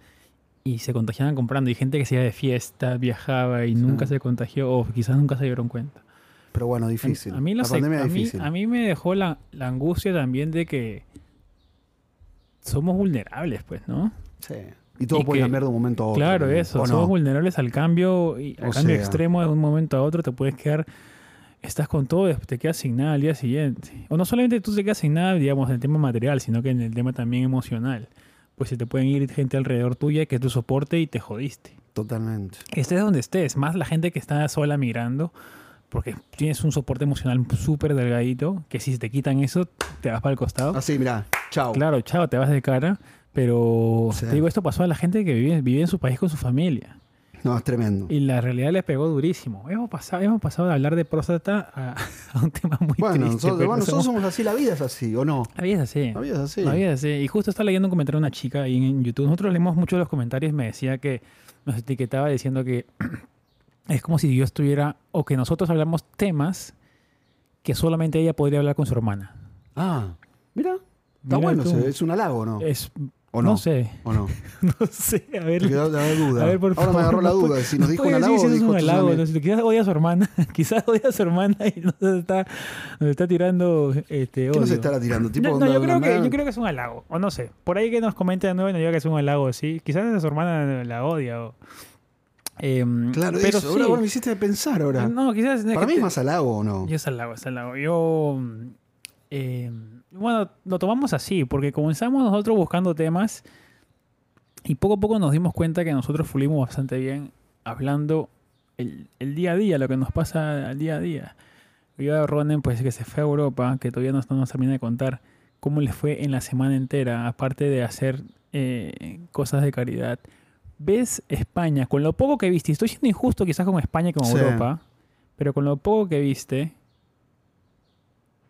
S1: y se contagiaban comprando. Y gente que se iba de fiesta, viajaba y nunca se contagió o quizás nunca se dieron cuenta.
S2: pero bueno, difícil.
S1: A mí, no
S2: la
S1: sé,
S2: pandemia
S1: a,
S2: es
S1: mí,
S2: difícil.
S1: a mí me dejó la, la angustia también de que somos vulnerables, pues, ¿no?
S2: Sí. Y todo
S1: y
S2: puede
S1: que-
S2: cambiar de un momento a otro.
S1: Claro,
S2: también,
S1: eso.
S2: ¿o
S1: Somos
S2: no?
S1: vulnerables al cambio, y, al
S2: O
S1: cambio
S2: sea.
S1: extremo de un momento a otro. Te puedes quedar, estás con todo, después te quedas sin nada al día siguiente. O no solamente tú te quedas sin nada, digamos, en el tema material, sino que en el tema también emocional. Pues se te pueden ir gente alrededor tuya que es tu soporte y te jodiste.
S2: Totalmente.
S1: Estés donde estés, más la gente que está sola migrando, porque tienes un soporte emocional súper delgadito, que si te quitan eso, te vas para el costado.
S2: Así, Ah, mirá, chao.
S1: Claro, chao, te vas de cara. Pero
S2: Sí.
S1: te digo, esto pasó a la gente que vive, vive en su país con su familia.
S2: No, es tremendo.
S1: Y la realidad les pegó durísimo. Hemos pasado, hemos pasado de hablar de próstata a, a un tema muy
S2: Bueno,
S1: triste.
S2: nosotros,
S1: pero
S2: bueno, nosotros
S1: somos-
S2: somos así, la vida es así, ¿o no?
S1: La vida es así.
S2: La vida es así.
S1: La vida es así. Y justo está leyendo un comentario de una chica ahí en YouTube. Nosotros leemos mucho los comentarios y me decía que nos etiquetaba diciendo que es como si yo estuviera o que nosotros hablamos temas que solamente ella podría hablar con su hermana.
S2: Ah, mira, está
S1: Mirá
S2: bueno,
S1: tú.
S2: se- es un halago, ¿no?
S1: Es,
S2: ¿O no?
S1: no sé,
S2: ¿O no?
S1: no sé. A ver,
S2: Te quedó la duda.
S1: A ver, por
S2: Ahora
S1: favor, Pues,
S2: me agarró la
S1: no
S2: duda.
S1: puede-
S2: Si nos
S1: no
S2: dijo un
S1: puede
S2: halago,
S1: decir si eso es
S2: dijo
S1: un
S2: esto es
S1: halago,
S2: una-
S1: no sé, quizás odia a su hermana, quizás odia a su hermana y nos está, nos está tirando este,
S2: ¿Qué
S1: odio.
S2: nos estará tirando? Tipo,
S1: no, no,
S2: onda,
S1: yo, creo
S2: una-
S1: que, yo creo que es un halago, o no sé. Por ahí que nos comente de nuevo y nos diga que es un halago, sí. Quizás a su hermana la odia. O, Em,
S2: Claro,
S1: pero
S2: eso.
S1: sí.
S2: Ahora, bueno, me hiciste pensar ahora.
S1: No, quizás...
S2: Para mí es
S1: te-
S2: más halago, ¿o no?
S1: yo es al lago, es al lago. Yo. mm, eh, bueno, lo tomamos así, porque comenzamos nosotros buscando temas y poco a poco nos dimos cuenta que nosotros fluimos bastante bien hablando el, el día a día, lo que nos pasa al día a día. Yo a Ronen, pues que se fue a Europa, que todavía no, no nos termina de contar cómo le fue en la semana entera, aparte de hacer eh, cosas de caridad. ¿Ves España? Con lo poco que viste, y estoy siendo injusto quizás con España y con
S2: Sí.
S1: Europa, pero con lo poco que viste,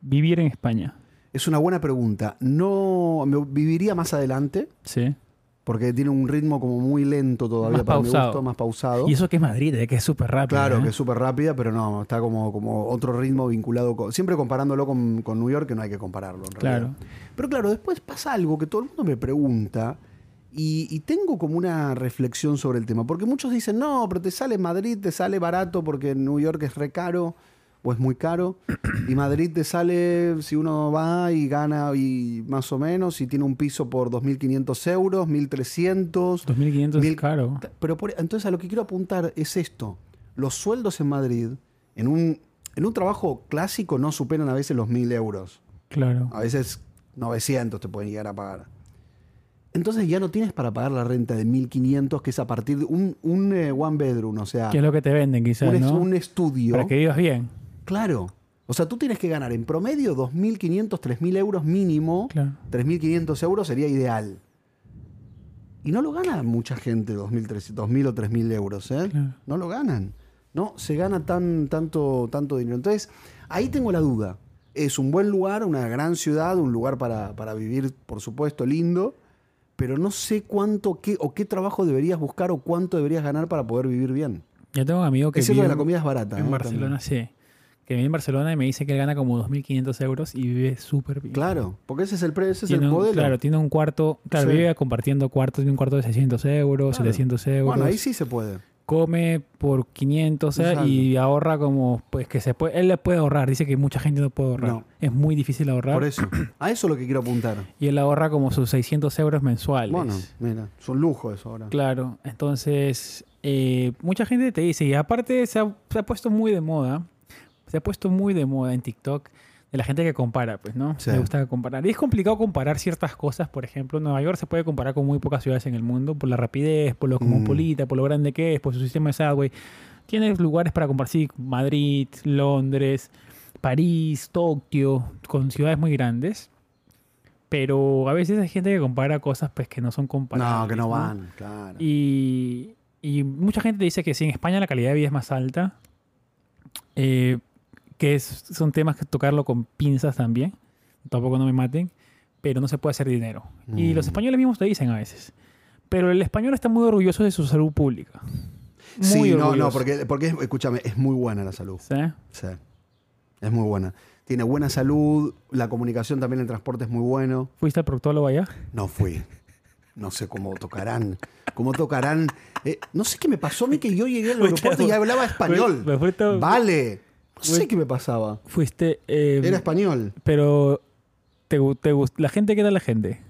S1: vivir en España.
S2: Es una buena pregunta. No, me viviría más adelante,
S1: Sí.
S2: porque tiene un ritmo como muy lento todavía
S1: Más
S2: para mi
S1: pausado.
S2: gusto, más pausado.
S1: Y eso que es Madrid, eh, que es súper rápido.
S2: Claro,
S1: ¿eh?
S2: que es súper rápida, pero no, está como, como otro ritmo vinculado con. Siempre comparándolo con, con New York, que no hay que compararlo, en realidad.
S1: Claro.
S2: Pero claro, después pasa algo que todo el mundo me pregunta y, y tengo como una reflexión sobre el tema. Porque muchos dicen, no, pero te sale Madrid, te sale barato porque New York es re caro o es muy caro. Y Madrid te sale, si uno va y gana y más o menos, y tiene un piso por 2.500 euros, 1.300.
S1: 2.500
S2: Mil-
S1: es caro.
S2: Pero por- entonces a lo que quiero apuntar es esto. Los sueldos en Madrid, en un, en un trabajo clásico, no superan a veces los 1.000 euros.
S1: Claro.
S2: A veces 900 te pueden llegar a pagar. Entonces ya no tienes para pagar la renta de 1.500, que es a partir de un, un eh, one bedroom, o sea,
S1: Que es
S2: un,
S1: lo que te venden quizás,
S2: es-
S1: ¿no?
S2: un estudio.
S1: Para que vivas bien.
S2: Claro. O sea, tú tienes que ganar en promedio 2.500, 3.000 euros mínimo.
S1: Claro.
S2: 3.500 euros sería ideal. Y no lo gana mucha gente 2.000 2.000 o 3.000 euros. ¿eh?
S1: Claro.
S2: No lo ganan. No se gana tan, tanto, tanto dinero. Entonces, ahí tengo la duda. Es un buen lugar, una gran ciudad, un lugar para, para vivir, por supuesto, lindo. Pero no sé cuánto qué, o qué trabajo deberías buscar o cuánto deberías ganar para poder vivir bien.
S1: Yo tengo un amigo que
S2: Es cierto que
S1: vive
S2: la comida es barata.
S1: en
S2: ¿eh?
S1: Barcelona, sí. Que vive en Barcelona y me dice que él gana como 2.500 euros y vive súper bien.
S2: También. Claro, porque ese es el precio, ese es
S1: Tiene
S2: el
S1: un-
S2: modelo.
S1: Claro, tiene un cuarto, claro,
S2: Sí.
S1: vive compartiendo cuartos, tiene un cuarto de 600 euros,
S2: Claro.
S1: 700 euros.
S2: Bueno, ahí sí se puede.
S1: Come por 500 o sea,
S2: Exacto.
S1: y ahorra como, pues que se puede, él le puede ahorrar, dice que mucha gente no puede ahorrar.
S2: No.
S1: Es muy difícil ahorrar.
S2: Por eso. A eso es lo que quiero apuntar.
S1: Y él ahorra como sus 600 euros mensuales.
S2: Bueno, mira, es un lujo eso ahora.
S1: Claro, entonces eh, mucha gente te dice, y aparte se ha, se ha puesto muy de moda, se ha puesto muy de moda en TikTok de la gente que compara, pues, ¿no?
S2: Sí.
S1: Le gusta comparar. Y es complicado comparar ciertas cosas, por ejemplo, Nueva York se puede comparar con muy pocas ciudades en el mundo por la rapidez, por lo cosmopolita, por lo grande que es, por su sistema de subway. Tienes lugares para comparar, sí, Madrid, Londres, París, Tokio, con ciudades muy grandes. Pero a veces hay gente que compara cosas pues que no son comparables.
S2: No, que no van, claro.
S1: Y, y mucha gente dice que sí, en España la calidad de vida es más alta, eh, que es- son temas que tocarlo con pinzas también, tampoco no me maten, pero no se puede hacer dinero. Y
S2: Mm.
S1: los españoles mismos te dicen a veces. Pero el español está muy orgulloso de su salud pública. Muy
S2: sí, no,
S1: orgulloso,
S2: no, porque, porque es- escúchame, es muy buena la salud.
S1: ¿sí?
S2: Sí. Es muy buena. Tiene buena salud, la comunicación también, el transporte es muy bueno.
S1: ¿Fuiste al proctólogo allá?
S2: No fui. No sé cómo tocarán. Cómo tocarán. Eh, no sé qué me pasó a mí que yo llegué al aeropuerto y hablaba español.
S1: Me fuiste a-
S2: Vale. No
S1: Fui-
S2: sé qué me pasaba.
S1: Fuiste... eh,
S2: Era español.
S1: pero... Te, gu- te gust- ¿La gente qué tal la gente?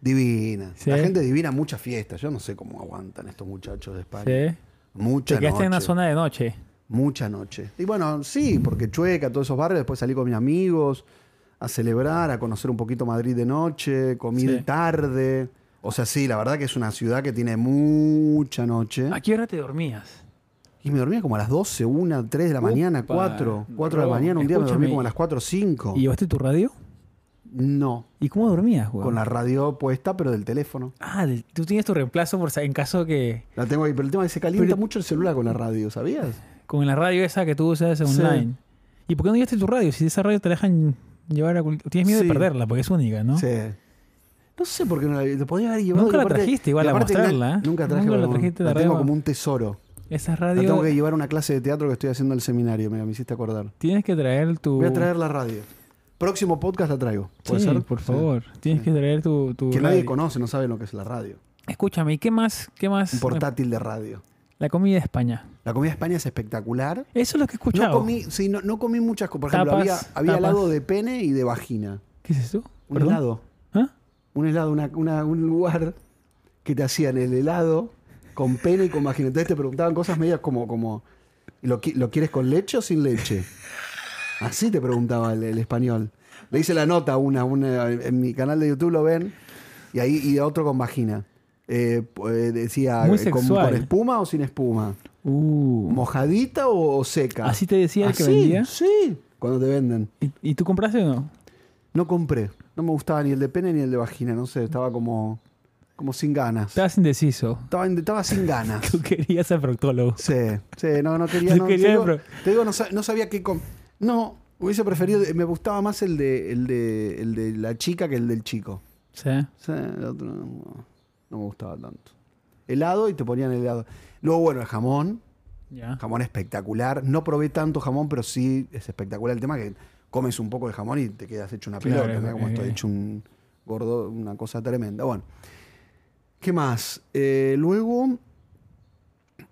S2: Divina.
S1: Sí.
S2: La gente divina, muchas fiestas. Yo no sé cómo aguantan estos muchachos de España.
S1: ¿Sí?
S2: Mucha
S1: Te quedaste
S2: noche.
S1: en una zona de noche.
S2: Mucha noche. Y bueno, sí, porque Chueca, todos esos barrios, después salí con mis amigos a celebrar, a conocer un poquito Madrid de noche, comí
S1: Sí.
S2: de tarde. O sea, sí, la verdad que es una ciudad que tiene mucha noche.
S1: ¿A qué hora te dormías?
S2: Y me dormía como a las 12, 1, 3 de la mañana,
S1: Upa,
S2: 4, 4 de la
S1: Ron,
S2: mañana. Un día me dormí
S1: escúchame.
S2: como a las 4, 5.
S1: ¿Y llevaste tu radio?
S2: No,
S1: ¿Y cómo dormías, güey?
S2: con la radio puesta, pero del teléfono.
S1: Ah, del- tú tienes tu reemplazo por, sa- en caso que...
S2: La tengo ahí, pero el tema es que se calienta
S1: Pero-
S2: mucho el celular con la radio, ¿sabías?
S1: Con la radio esa que tú usas online. ¿Y por qué no llevaste tu radio? Si esa radio te la dejan llevar a... cual- Tienes miedo
S2: Sí.
S1: de perderla porque es única, ¿no?
S2: Sí. No sé por qué no la te podías haber llevado.
S1: Nunca
S2: y
S1: la
S2: aparte-
S1: trajiste igual
S2: y
S1: a
S2: aparte na-
S1: mostrarla, ¿eh?
S2: Nunca traje
S1: Nunca la
S2: para-
S1: trajiste de
S2: La tengo
S1: arriba.
S2: como un tesoro.
S1: Esa
S2: La
S1: radio...
S2: tengo que llevar a una clase de teatro que estoy haciendo en el seminario, mira, me hiciste acordar.
S1: Tienes que traer tu...
S2: Voy a traer la radio. Próximo podcast la traigo. ¿Puede
S1: Uh. Sí,
S2: ser?
S1: por
S2: Sí.
S1: favor. Tienes que traer tu... tu
S2: Que nadie
S1: radio.
S2: conoce, no sabe lo que es la radio.
S1: Escúchame, ¿y qué más? ¿Qué más?
S2: Un portátil de radio.
S1: La comida de España.
S2: La comida de España es espectacular.
S1: Eso es lo que he
S2: No
S1: escuchado.
S2: comí, sí, no, no comí muchas cosas. Por ejemplo, había,
S1: Tapas,
S2: había
S1: tapas.
S2: helado de pene y de vagina.
S1: ¿Qué es eso?
S2: Un
S1: ¿Perdón?
S2: helado.
S1: ¿Ah?
S2: Un helado, una- una- un lugar que te hacían el helado con pene y con vagina. Entonces te preguntaban cosas medias como, como ¿lo, qui- lo quieres con leche o sin leche? Así te preguntaba el, el español. Le hice la nota a una, una- en mi canal de YouTube lo ven, y ahí y otro con vagina. Eh, p- eh, decía,
S1: Muy
S2: eh, con,
S1: sexual.
S2: con espuma o sin espuma?
S1: Uh.
S2: ¿Mojadita o, o seca?
S1: ¿Así te decía el que
S2: Así,
S1: vendía?
S2: Ah, Sí, cuando te venden.
S1: ¿Y, y tú compraste o no?
S2: No compré. No me gustaba ni el de pene ni el de vagina, no sé, estaba como, como sin ganas.
S1: Estabas indeciso.
S2: Estaba, en- estaba sin ganas.
S1: Tú querías ser proctólogo.
S2: Sí, sí, no, no quería.
S1: Yo
S2: No,
S1: quería,
S2: te digo,
S1: pero-
S2: te digo, no, sa- no sabía qué. com- no, hubiese preferido. Me gustaba más el de, el de, el de la chica que el del chico.
S1: Sí.
S2: Sí, el otro no, no me gustaba tanto. Helado y te ponían helado. Luego, bueno, el jamón.
S1: Ya.
S2: Jamón espectacular. No probé tanto jamón, pero sí es espectacular el tema que comes un poco de jamón y te quedas hecho una
S1: Claro,
S2: pelota. mirá Como
S1: eh,
S2: estoy
S1: eh.
S2: hecho un gordo, una cosa tremenda. Bueno, ¿qué más? Eh, luego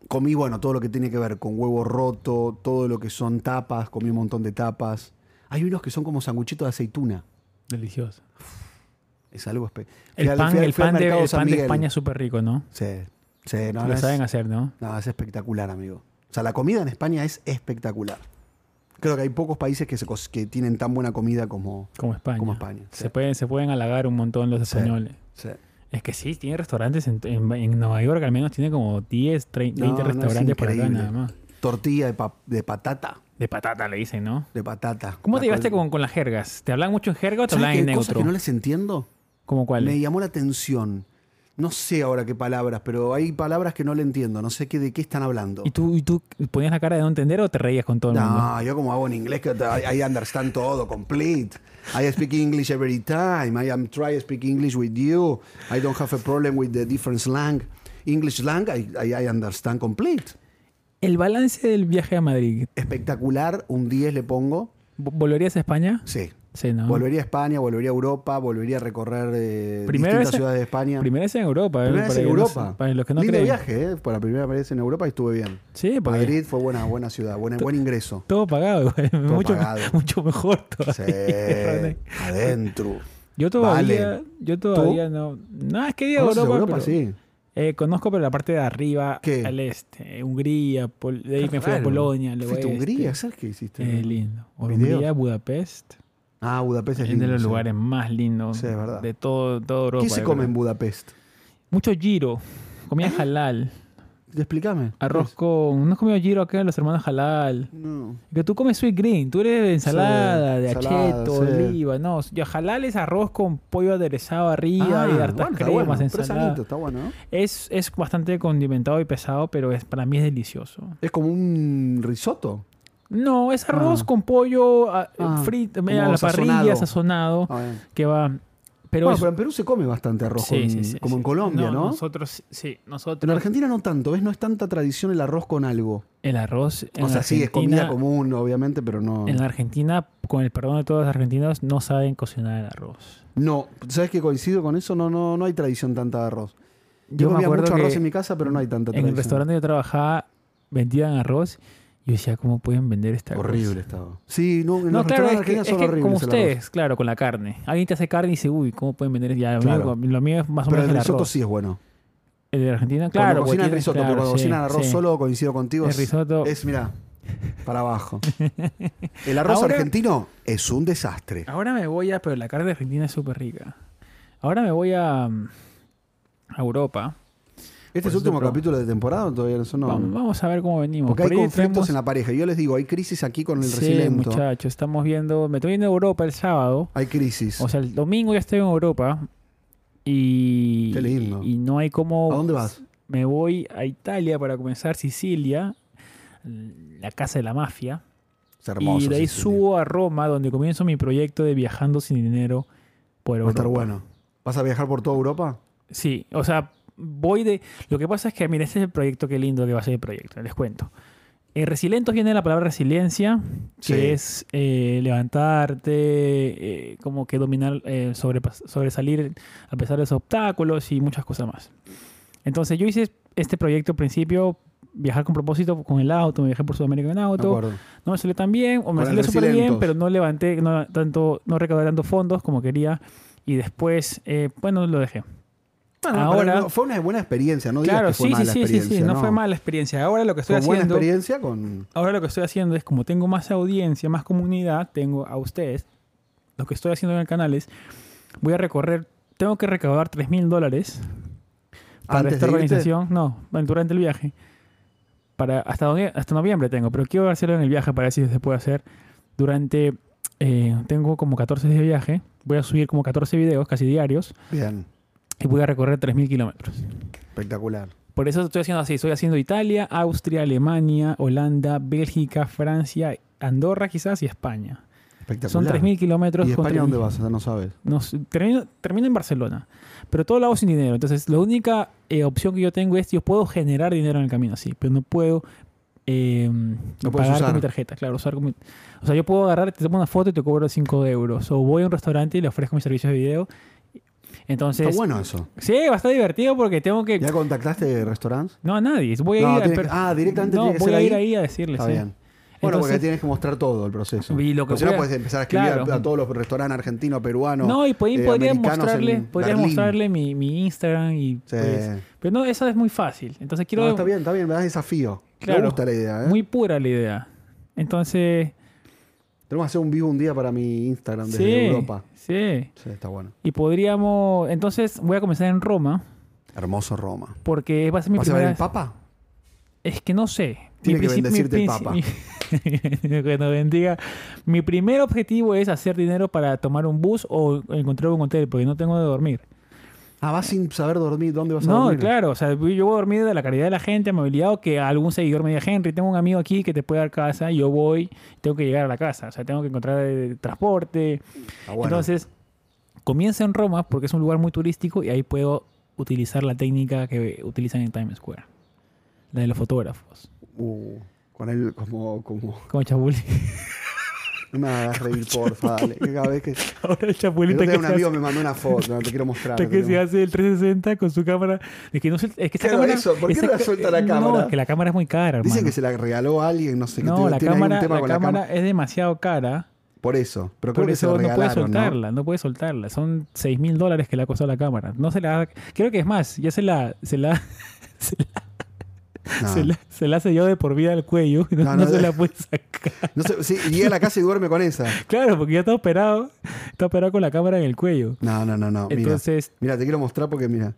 S2: comí, bueno, todo lo que tiene que ver con huevo roto, todo lo que son tapas, comí un montón de tapas. Hay unos que son como sanguchitos de aceituna.
S1: Delicioso.
S2: Es algo espectacular.
S1: El pan, el pan, de, el pan de España es súper rico, ¿no?
S2: Sí, sí, no, no
S1: Lo
S2: es-
S1: saben hacer, ¿no?
S2: No, es espectacular, amigo. O sea, la comida en España es espectacular. Creo que hay pocos países que, se cos- que tienen tan buena comida como...
S1: Como España.
S2: Como España,
S1: Se,
S2: sí.
S1: pueden, se pueden halagar un montón los
S2: Sí.
S1: españoles.
S2: Sí.
S1: Es que sí, tiene restaurantes en, en- en Nueva York, al menos tiene como 10, 30,
S2: No,
S1: 20
S2: no, es
S1: restaurantes por acá
S2: increíble.
S1: nada más.
S2: Tortilla de, pa- de patata.
S1: De patata le dicen, ¿no?
S2: De patata.
S1: ¿Cómo
S2: Una
S1: te llevaste
S2: cosa-
S1: con, con las jergas? ¿Te hablan mucho en jerga o te
S2: ¿Sabes
S1: hablan
S2: qué
S1: en
S2: cosas
S1: neutro?
S2: que no les entiendo?
S1: ¿Cómo cuál?
S2: Me llamó la atención. No sé ahora qué palabras, pero hay palabras que no le entiendo. No sé qué, de qué están hablando.
S1: ¿Y tú, ¿Y tú ponías la cara de no entender o te reías con todo el mundo?
S2: No, yo como hago en inglés, que I, I understand todo, complete. I speak English every time. I am try to speak English with you. I don't have a problem with the different slang. English slang, I, I, I understand complete.
S1: El balance del viaje a Madrid.
S2: Espectacular, un 10 le pongo.
S1: ¿Vo- ¿Volverías a España?
S2: Sí.
S1: Sí, ¿no?
S2: Volvería a España, volvería a Europa, volvería a recorrer eh,
S1: Primera
S2: distintas
S1: vez-
S2: ciudades de España.
S1: Primera vez en Europa. ¿eh?
S2: Primera vez
S1: Para
S2: en
S1: que no
S2: Europa.
S1: se- para los que no
S2: Lindo
S1: creen.
S2: viaje, ¿eh? Por la primera vez en Europa y estuve bien.
S1: Sí, porque
S2: Madrid fue buena, buena ciudad, buena- buen ingreso.
S1: todo pagado, güey. mucho,
S2: pagado.
S1: mucho mejor
S2: Sí,
S1: todavía.
S2: adentro.
S1: Yo todavía,
S2: Vale.
S1: yo todavía no. No, es que digo
S2: ¿Conoces
S1: Europa,
S2: Europa?
S1: pero-
S2: Ah, Sí.
S1: Eh, conozco pero la parte de arriba
S2: ¿Qué?
S1: al este, eh, Hungría, Pol- de ahí
S2: Qué
S1: me fui a
S2: raro.
S1: Polonia, luego
S2: ¿Fuiste a
S1: este.
S2: Hungría? ¿Sabes qué hiciste?
S1: Eh, lindo.
S2: Videos.
S1: Hungría, Budapest,
S2: ah, Budapest es
S1: es de
S2: lindo.
S1: los
S2: sí.
S1: lugares más lindos
S2: Sí, es verdad.
S1: de todo, toda Europa.
S2: ¿Qué se
S1: de
S2: come en ¿Ah?
S1: verdad.
S2: Budapest?
S1: Mucho giro, comida halal,
S2: Explícame.
S1: arroz
S2: ¿Qué
S1: con... ¿No has comido giro acá los hermanos halal?
S2: es? No.
S1: Que tú comes sweet green, tú eres de ensalada, de
S2: ensalada,
S1: acheto,
S2: sí.
S1: oliva, no. Yo, halal es arroz con pollo aderezado arriba y hartas
S2: Ah, bueno, está
S1: cremas,
S2: bueno, pero es
S1: ensalada.
S2: sanito, está bueno, ¿no?
S1: Es, es bastante condimentado y pesado, pero es, para mí es delicioso.
S2: Es como un risotto.
S1: No, es arroz
S2: Ah.
S1: con pollo ah,
S2: Ah,
S1: frito,
S2: como
S1: eh, a la parrilla,
S2: sazonado.
S1: sazonado,
S2: Ah, bien.
S1: que va. Pero
S2: bueno,
S1: es-
S2: pero en Perú se come bastante arroz
S1: sí,
S2: con-
S1: sí, sí,
S2: como
S1: sí.
S2: en Colombia, ¿no?
S1: Nosotros, sí,
S2: En
S1: nosotros.
S2: Argentina no tanto, ¿ves? No es tanta tradición el arroz con algo.
S1: El arroz. En
S2: o sea, sí, es
S1: Argentina-
S2: comida común, obviamente, pero no.
S1: En la Argentina, con el perdón de todos los argentinos, no saben cocinar el arroz.
S2: No, ¿sabes que coincido con eso? No, no, no hay tradición tanta de arroz. Yo,
S1: me
S2: comía
S1: acuerdo
S2: mucho
S1: que
S2: arroz en mi casa, pero no hay tanta
S1: En
S2: tradición.
S1: el restaurante que yo trabajaba, vendían arroz. Y yo decía, ¿cómo pueden vender esta
S2: Horrible estaba. Sí, no, en los
S1: No, claro, es
S2: restaurantes
S1: que,
S2: argentinos
S1: es
S2: son
S1: que
S2: horribles.
S1: como
S2: el arroz.
S1: ustedes, claro, con la carne. Alguien te hace carne y dice, uy, ¿cómo pueden vender? Ya, lo mío-
S2: Claro.
S1: lo mío es más o
S2: Pero
S1: menos
S2: el
S1: el
S2: risotto
S1: arroz.
S2: sí es bueno.
S1: El de Argentina,
S2: Claro,
S1: claro.
S2: cuando cocinan
S1: tiene-
S2: risotto, pero
S1: claro,
S2: cuando
S1: sí,
S2: cocinan arroz
S1: sí.
S2: solo coincido contigo.
S1: El
S2: es-
S1: risotto.
S2: Es, mira, para abajo. El arroz
S1: Ahora- Ah,
S2: argentino es un desastre.
S1: Ahora me voy a. Pero la carne argentina es súper rica. Ahora me voy a. mm, a Europa.
S2: Este
S1: Por
S2: es
S1: eso
S2: el
S1: te
S2: último
S1: pregunto.
S2: capítulo de temporada, o todavía eso no.
S1: Vamos, vamos a ver cómo venimos.
S2: Porque hay
S1: Por ahí
S2: conflictos
S1: tenemos-
S2: en la pareja. Yo les digo, hay crisis aquí con el
S1: Sí,
S2: resiliento.
S1: muchachos, estamos viendo. Me estoy viendo a Europa el sábado.
S2: Hay crisis.
S1: O sea, el domingo ya estoy en Europa. Y.
S2: Qué lindo.
S1: Y no hay como.
S2: ¿A dónde vas?
S1: Me voy a Italia para comenzar Sicilia. La casa de la mafia.
S2: Es hermoso.
S1: y de ahí
S2: Sicilia.
S1: subo a Roma, donde comienzo mi proyecto de viajando sin dinero por
S2: Va a
S1: Europa.
S2: estar bueno. ¿Vas a viajar por toda Europa?
S1: Sí, o sea, voy de. Lo que pasa es que, mira, este es el proyecto, qué lindo que va a ser el proyecto, les cuento. Eh, resilientos viene de la palabra resiliencia, que
S2: Sí.
S1: es eh, levantarte, eh, como que dominar, eh, sobrepas- sobresalir a pesar de los obstáculos y muchas cosas más. Entonces, yo hice este proyecto al principio, viajar con propósito con el auto, me viajé por Sudamérica en
S2: De
S1: auto,
S2: acuerdo.
S1: no me salió tan bien, o
S2: Con
S1: me
S2: el
S1: salió súper bien,
S2: Resilientos.
S1: pero no levanté, no, tanto, no recaudé tantos fondos como quería. Y después, eh, bueno, lo dejé.
S2: Bueno,
S1: Ahora-
S2: pero no- fue una buena experiencia, no digas
S1: claro,
S2: que
S1: sí,
S2: fue
S1: sí,
S2: mala
S1: sí, sí,
S2: experiencia.
S1: sí, no, fue mala experiencia. Ahora lo que estoy
S2: Fue buena
S1: haciendo,
S2: experiencia con...
S1: ahora lo que estoy haciendo es como tengo más audiencia, más comunidad, tengo a ustedes. Lo que estoy haciendo en el canal es voy a recorrer, tengo que recaudar 3 mil dólares para
S2: Antes
S1: esta
S2: de irte.
S1: organización, no, bueno, durante el viaje. Para hasta, novie- hasta noviembre tengo, pero quiero hacerlo en el viaje para ver si se puede hacer. Durante, eh, tengo como 14 días de viaje, voy a subir como 14 videos casi diarios
S2: Bien,
S1: y voy a recorrer 3.000 kilómetros.
S2: espectacular.
S1: Por eso estoy haciendo así, estoy haciendo Italia, Austria, Alemania, Holanda, Bélgica, Francia, Andorra quizás y España.
S2: espectacular.
S1: Son 3.000 kilómetros.
S2: ¿Y
S1: con
S2: España dónde
S1: 3.000.
S2: vas? No sabes.
S1: No sé, termino, termino en Barcelona, pero todo lo hago sin dinero. Entonces, la única eh, opción que yo tengo es yo puedo generar dinero en el camino, sí, pero no puedo eh,
S2: puedes
S1: pagar
S2: usar.
S1: con mi tarjeta, claro, usar con mi- O sea, yo puedo agarrar, te tomo una foto y te cobro 5 euros. O voy a un restaurante y le ofrezco mis servicios de video. Entonces,
S2: Está bueno eso.
S1: sí, va a estar divertido porque tengo que...
S2: ¿Ya contactaste restaurantes?
S1: No, a nadie. Voy a
S2: No,
S1: ir a-
S2: tiene que-
S1: pero-
S2: ah, directamente
S1: No,
S2: tiene que
S1: voy
S2: ser
S1: a ir
S2: ahí.
S1: ahí a decirles.
S2: Está
S1: sí.
S2: bien. Bueno, porque
S1: Entonces-
S2: tienes que mostrar todo el proceso.
S1: Y lo que
S2: Porque si no
S1: voy a-
S2: puedes empezar a escribir
S1: Claro.
S2: a, a todos los restaurantes argentinos, peruanos.
S1: No, y podí-
S2: eh,
S1: podría
S2: americanos
S1: mostrarle,
S2: en
S1: podría
S2: Berlín.
S1: mostrarle mi, mi Instagram y
S2: Sí.
S1: pues- pero no, eso es muy fácil. Entonces quiero
S2: No, está bien, está bien, me das desafío.
S1: Claro.
S2: Me gusta la idea, ¿eh?
S1: muy pura la idea. Entonces,
S2: Tenemos que hacer un vivo un día para mi Instagram desde
S1: sí,
S2: Europa.
S1: sí.
S2: Sí, está bueno.
S1: Y podríamos, entonces voy a comenzar en Roma
S2: Hermoso Roma.
S1: porque va a ser mi
S2: ¿Vas a ver
S1: primera
S2: el Papa?
S1: es que no sé.
S2: Tiene
S1: Mi
S2: que
S1: princi-
S2: bendecirte
S1: mi
S2: el
S1: princi-
S2: Papa.
S1: mi- que nos bendiga. Mi primer objetivo es hacer dinero para tomar un bus o encontrar un hotel porque no tengo de dormir.
S2: Ah, vas sin saber dormir. ¿Dónde vas a
S1: No,
S2: dormir?
S1: claro, o sea, yo voy a dormir de la caridad de la gente, amabilidad, o que algún seguidor me diga, Henry, tengo un amigo aquí que te puede dar casa, y yo voy, tengo que llegar a la casa, o sea, tengo que encontrar eh, transporte.
S2: Ah, bueno.
S1: Entonces, comienza en Roma porque es un lugar muy turístico y ahí puedo utilizar la técnica que utilizan en Times Square, la de los fotógrafos.
S2: Uh, con él como, como...
S1: Como Chabulín.
S2: No me hagas reír, porfa, dale. Cada vez que...
S1: Ahora el
S2: El
S1: Chabulín
S2: otro
S1: te
S2: día
S1: que
S2: un
S1: se hace-
S2: amigo me mandó una foto, no, te quiero mostrar.
S1: te
S2: te
S1: que
S2: quiero
S1: se hace el 360 con su cámara. Es que no sé, es que esa
S2: Claro,
S1: cámara.
S2: eso, ¿por qué
S1: esa
S2: no la
S1: ca-
S2: suelta la cámara?
S1: No, es que la cámara es muy cara, hermano.
S2: Dicen que se la regaló a alguien, no sé, que
S1: no,
S2: tiene-
S1: la
S2: tiene algún
S1: cámara,
S2: tema
S1: la
S2: con
S1: cámara es demasiado cara.
S2: Por eso, pero creo
S1: Por
S2: que se
S1: eso no
S2: la
S1: puedes
S2: regalaron, ¿no?
S1: soltarla, no puedes soltarla. Son 6 mil dólares que le ha costado la cámara. No se la. Creo que es más, ya se la. Se la se la,
S2: No.
S1: se la, se la ha sellado de por vida al cuello. y No,
S2: Ah.
S1: no
S2: No, no.
S1: se la puede sacar.
S2: No sé, sí, llega a la casa y duerme con esa.
S1: Claro, porque ya está operado. Está operado con la cámara en el cuello.
S2: No, no, no, no. Mira,
S1: Entonces,
S2: mira te quiero mostrar porque mira.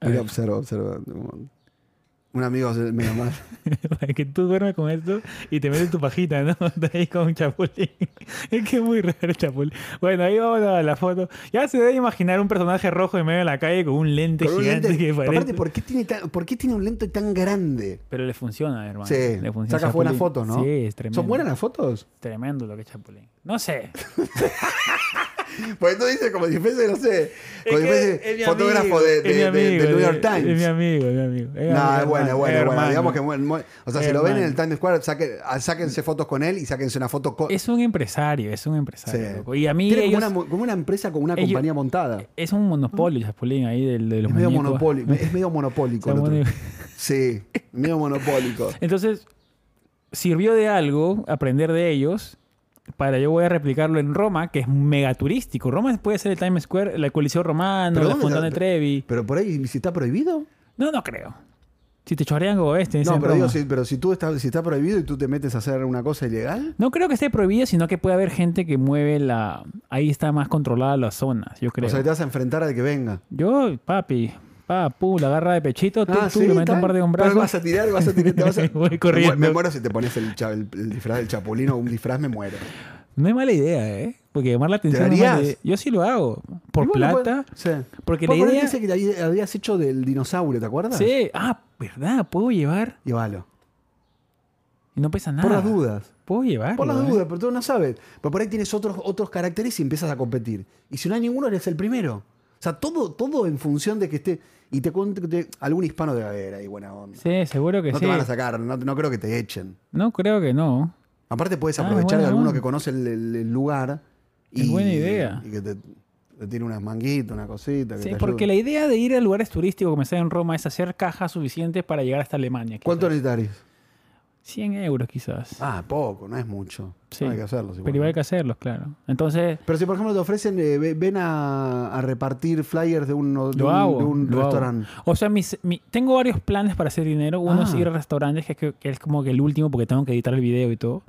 S1: A
S2: Mira,
S1: ver.
S2: observa, observa. Un amigo se- me llamó.
S1: para que tú duermas con esto y te metes tu pajita, ¿no? De ahí con un chapulín. Es que es muy raro el chapulín. Bueno, ahí vamos a la foto. Ya se debe imaginar un personaje rojo en medio de la calle con un lente
S2: Con un
S1: gigante
S2: lente-
S1: que
S2: pero
S1: parece.
S2: Aparte, ¿por qué, tiene tan- ¿por qué tiene un lente tan grande?
S1: Pero le funciona, hermano.
S2: Sí,
S1: Le funciona
S2: sacas buenas
S1: Chapulín.
S2: fotos, ¿no?
S1: Sí, es tremendo.
S2: ¿Son buenas las fotos?
S1: Tremendo lo que es Chapulín. No sé.
S2: Pues entonces dice como si fuese, no sé, como si fuese
S1: mi
S2: fotógrafo
S1: amigo,
S2: de,
S1: es mi
S2: de- de-
S1: amigo,
S2: del New York
S1: es- Es mi
S2: Times.
S1: amigo, es mi amigo.
S2: No, es bueno, es bueno, es bueno. Digamos que
S1: es
S2: mu- mu- O sea, si lo
S1: Hermano.
S2: ven en el Times Square, saque- ah, sáquense fotos con él y sáquense una foto con.
S1: Es un empresario, es un empresario.
S2: Sí.
S1: loco. Y a mí
S2: Tiene como
S1: ellos-
S2: una, mo- como una empresa con una
S1: ellos- eh,
S2: compañía montada.
S1: es un monopolio Chapulín ahí de, de los
S2: Es medio,
S1: muñecos.
S2: monopoli- es medio monopólico. el
S1: Está
S2: otro.
S1: muy-
S2: Sí, medio monopólico.
S1: Entonces, sirvió de algo aprender de ellos para yo voy a replicarlo en Roma, que es mega turístico. Roma puede ser el Times Square, el Coliseo Romano,
S2: Pero
S1: la
S2: ¿dónde
S1: Fontana de
S2: está-
S1: Trevi.
S2: Pero por ahí, si está prohibido.
S1: No, no creo. Si te chorean como este, dicen
S2: No, pero,
S1: Roma.
S2: digo, si, pero si tú estás, si está prohibido y tú te metes a hacer una cosa ilegal.
S1: No creo que esté prohibido, sino que puede haber gente que mueve la... Ahí está más controlada las zonas, yo creo.
S2: O sea, que te vas a enfrentar al que venga.
S1: Yo, papi, papu, la garra de pechito, tú,
S2: Ah,
S1: tú,
S2: sí,
S1: le metes
S2: tal.
S1: un par de
S2: Pero eh,
S1: hombrazos.
S2: vas a tirar, vas a tirar. te vas a-
S1: Voy corriendo.
S2: Me, mu- me muero si te pones el, cha- el- el disfraz del chapulín o un disfraz, me muero.
S1: No es mala idea, ¿eh? Porque llamar la atención... no es
S2: harías?
S1: mala idea. Yo sí lo hago. Por
S2: Igual lo
S1: plata.
S2: puede- pues, sí.
S1: porque
S2: Vos
S1: la
S2: por ahí
S1: idea-
S2: dice que te habí- habías hecho del dinosaurio, ¿te acuerdas?
S1: Sí. Ah, ¿verdad? Puedo llevar...
S2: Llévalo.
S1: Y no pesa nada.
S2: Por las dudas.
S1: Puedo eh? llevar.
S2: Por las dudas, pero tú no sabes. Pero por ahí tienes otros, otros caracteres y empiezas a competir. Y si no hay ninguno, eres el primero. O sea, todo, todo en función de que esté. Y te cuente algún hispano debe haber ahí, buena onda.
S1: Sí, seguro que
S2: no
S1: sí.
S2: te van a sacar, no, no creo que te echen.
S1: No creo que no.
S2: Aparte, puedes
S1: Ah,
S2: aprovechar de
S1: buena
S2: alguno
S1: onda.
S2: que conoce el, el- el lugar.
S1: Es buena idea.
S2: Y que te, te tire unas manguitas, una cosita. que
S1: Sí,
S2: te
S1: porque
S2: ayude.
S1: la idea de ir a lugares turísticos como sea en Roma es hacer cajas suficientes para llegar hasta Alemania. quizás.
S2: ¿Cuánto necesitarías?
S1: 100 euros quizás.
S2: Ah, pues poco, no es mucho.
S1: Sí.
S2: No hay que hacerlo.
S1: Pero igual hay que hacerlos, claro. Entonces,
S2: Pero si, por ejemplo, te ofrecen, eh, ve- ven a, a repartir flyers de un, de
S1: lo
S2: un-
S1: hago.
S2: de un
S1: lo hago.
S2: restaurante.
S1: O sea, mis- mi- tengo varios planes para hacer dinero. Uno
S2: Ah.
S1: es ir a restaurantes, que, que- que es como que el último porque tengo que editar el video y todo.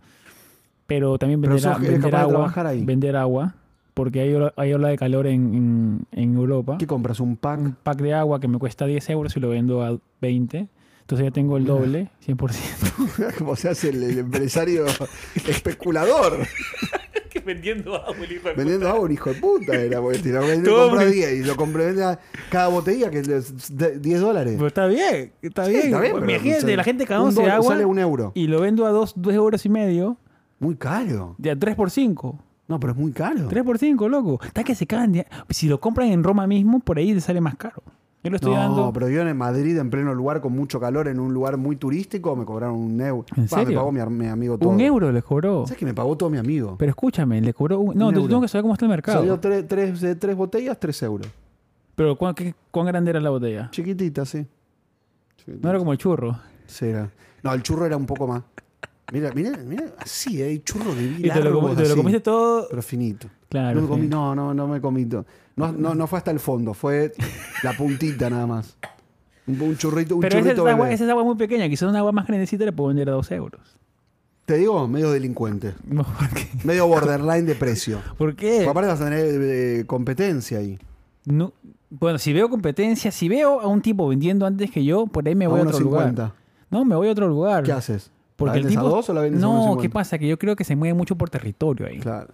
S1: Pero también
S2: Pero
S1: vender, a-
S2: sos- eres
S1: vender
S2: capaz de
S1: agua.
S2: trabajar ahí.
S1: Vender agua. Porque hay, ola- hay ola de calor en, en- en Europa.
S2: ¿Qué compras? ¿Un pack?
S1: un pack de agua que me cuesta 10 euros y lo vendo a 20. Entonces ya tengo el doble, 100%.
S2: Como se hace el, el empresario especulador.
S1: que vendiendo agua, el hijo de
S2: Vendiendo agua, un hijo de puta era. Porque si lo vende,
S1: Todo
S2: compra
S1: mi-
S2: 10 y lo compra vende a cada botella que es de- 10 dólares.
S1: Pero está bien, está
S2: Sí,
S1: bien.
S2: está bien,
S1: Pues,
S2: pero
S1: imagínate,
S2: sale-
S1: la gente
S2: un
S1: cagándose de
S2: dólar,
S1: agua
S2: sale un euro.
S1: y lo vendo a 2 euros y medio,
S2: Muy caro.
S1: de a 3 por 5.
S2: No, pero es muy caro.
S1: 3 por 5, loco. Está que se cagan. de- Si lo compran en Roma mismo, por ahí le sale más caro. Yo lo estoy
S2: no,
S1: dando.
S2: pero yo en Madrid, en pleno lugar, con mucho calor, en un lugar muy turístico, me cobraron un euro.
S1: ¿En
S2: Pa, Me
S1: serio?
S2: pagó mi, ar- mi amigo todo.
S1: Un euro le cobró.
S2: ¿Sabes que me pagó todo mi amigo?
S1: Pero escúchame, le cobró. Un... No,
S2: Un
S1: yo
S2: euro.
S1: tengo que saber cómo está el mercado.
S2: Salió tres, tres, de tres botellas, tres euros.
S1: Pero ¿cuán, qué- cuán grande era la botella?
S2: Chiquitita, sí.
S1: No era como el churro.
S2: Sí, era. No, el churro era un poco más. Mira, mira, mira, así, ¿eh? el churro de
S1: Y te lo, com- te lo comiste todo.
S2: Pero finito.
S1: Claro.
S2: no, me
S1: sí.
S2: comí, no, no, no me comí todo. No, no, no fue hasta el fondo, fue la puntita nada más. Un, un churrito, un
S1: Pero esa es,
S2: churrito
S1: agua,
S2: bebé.
S1: esa es agua muy pequeña, quizás una agua más grandecita le puedo vender a 2 euros.
S2: Te digo, medio delincuente.
S1: No, ¿Por qué?
S2: Medio borderline de precio.
S1: ¿Por qué?
S2: Porque aparte vas a tener eh, competencia ahí.
S1: No- bueno, si veo competencia, si veo a un tipo vendiendo antes que yo, por ahí me
S2: A
S1: Eh, voy a, otro
S2: 1.50.
S1: lugar. No, me voy a otro lugar.
S2: ¿Qué haces?
S1: Porque
S2: ¿La
S1: el
S2: vendes
S1: tipo...
S2: a dos o la vendes a
S1: no,
S2: 1.50?
S1: ¿qué pasa? Que yo creo que se mueve mucho por territorio ahí.
S2: Claro.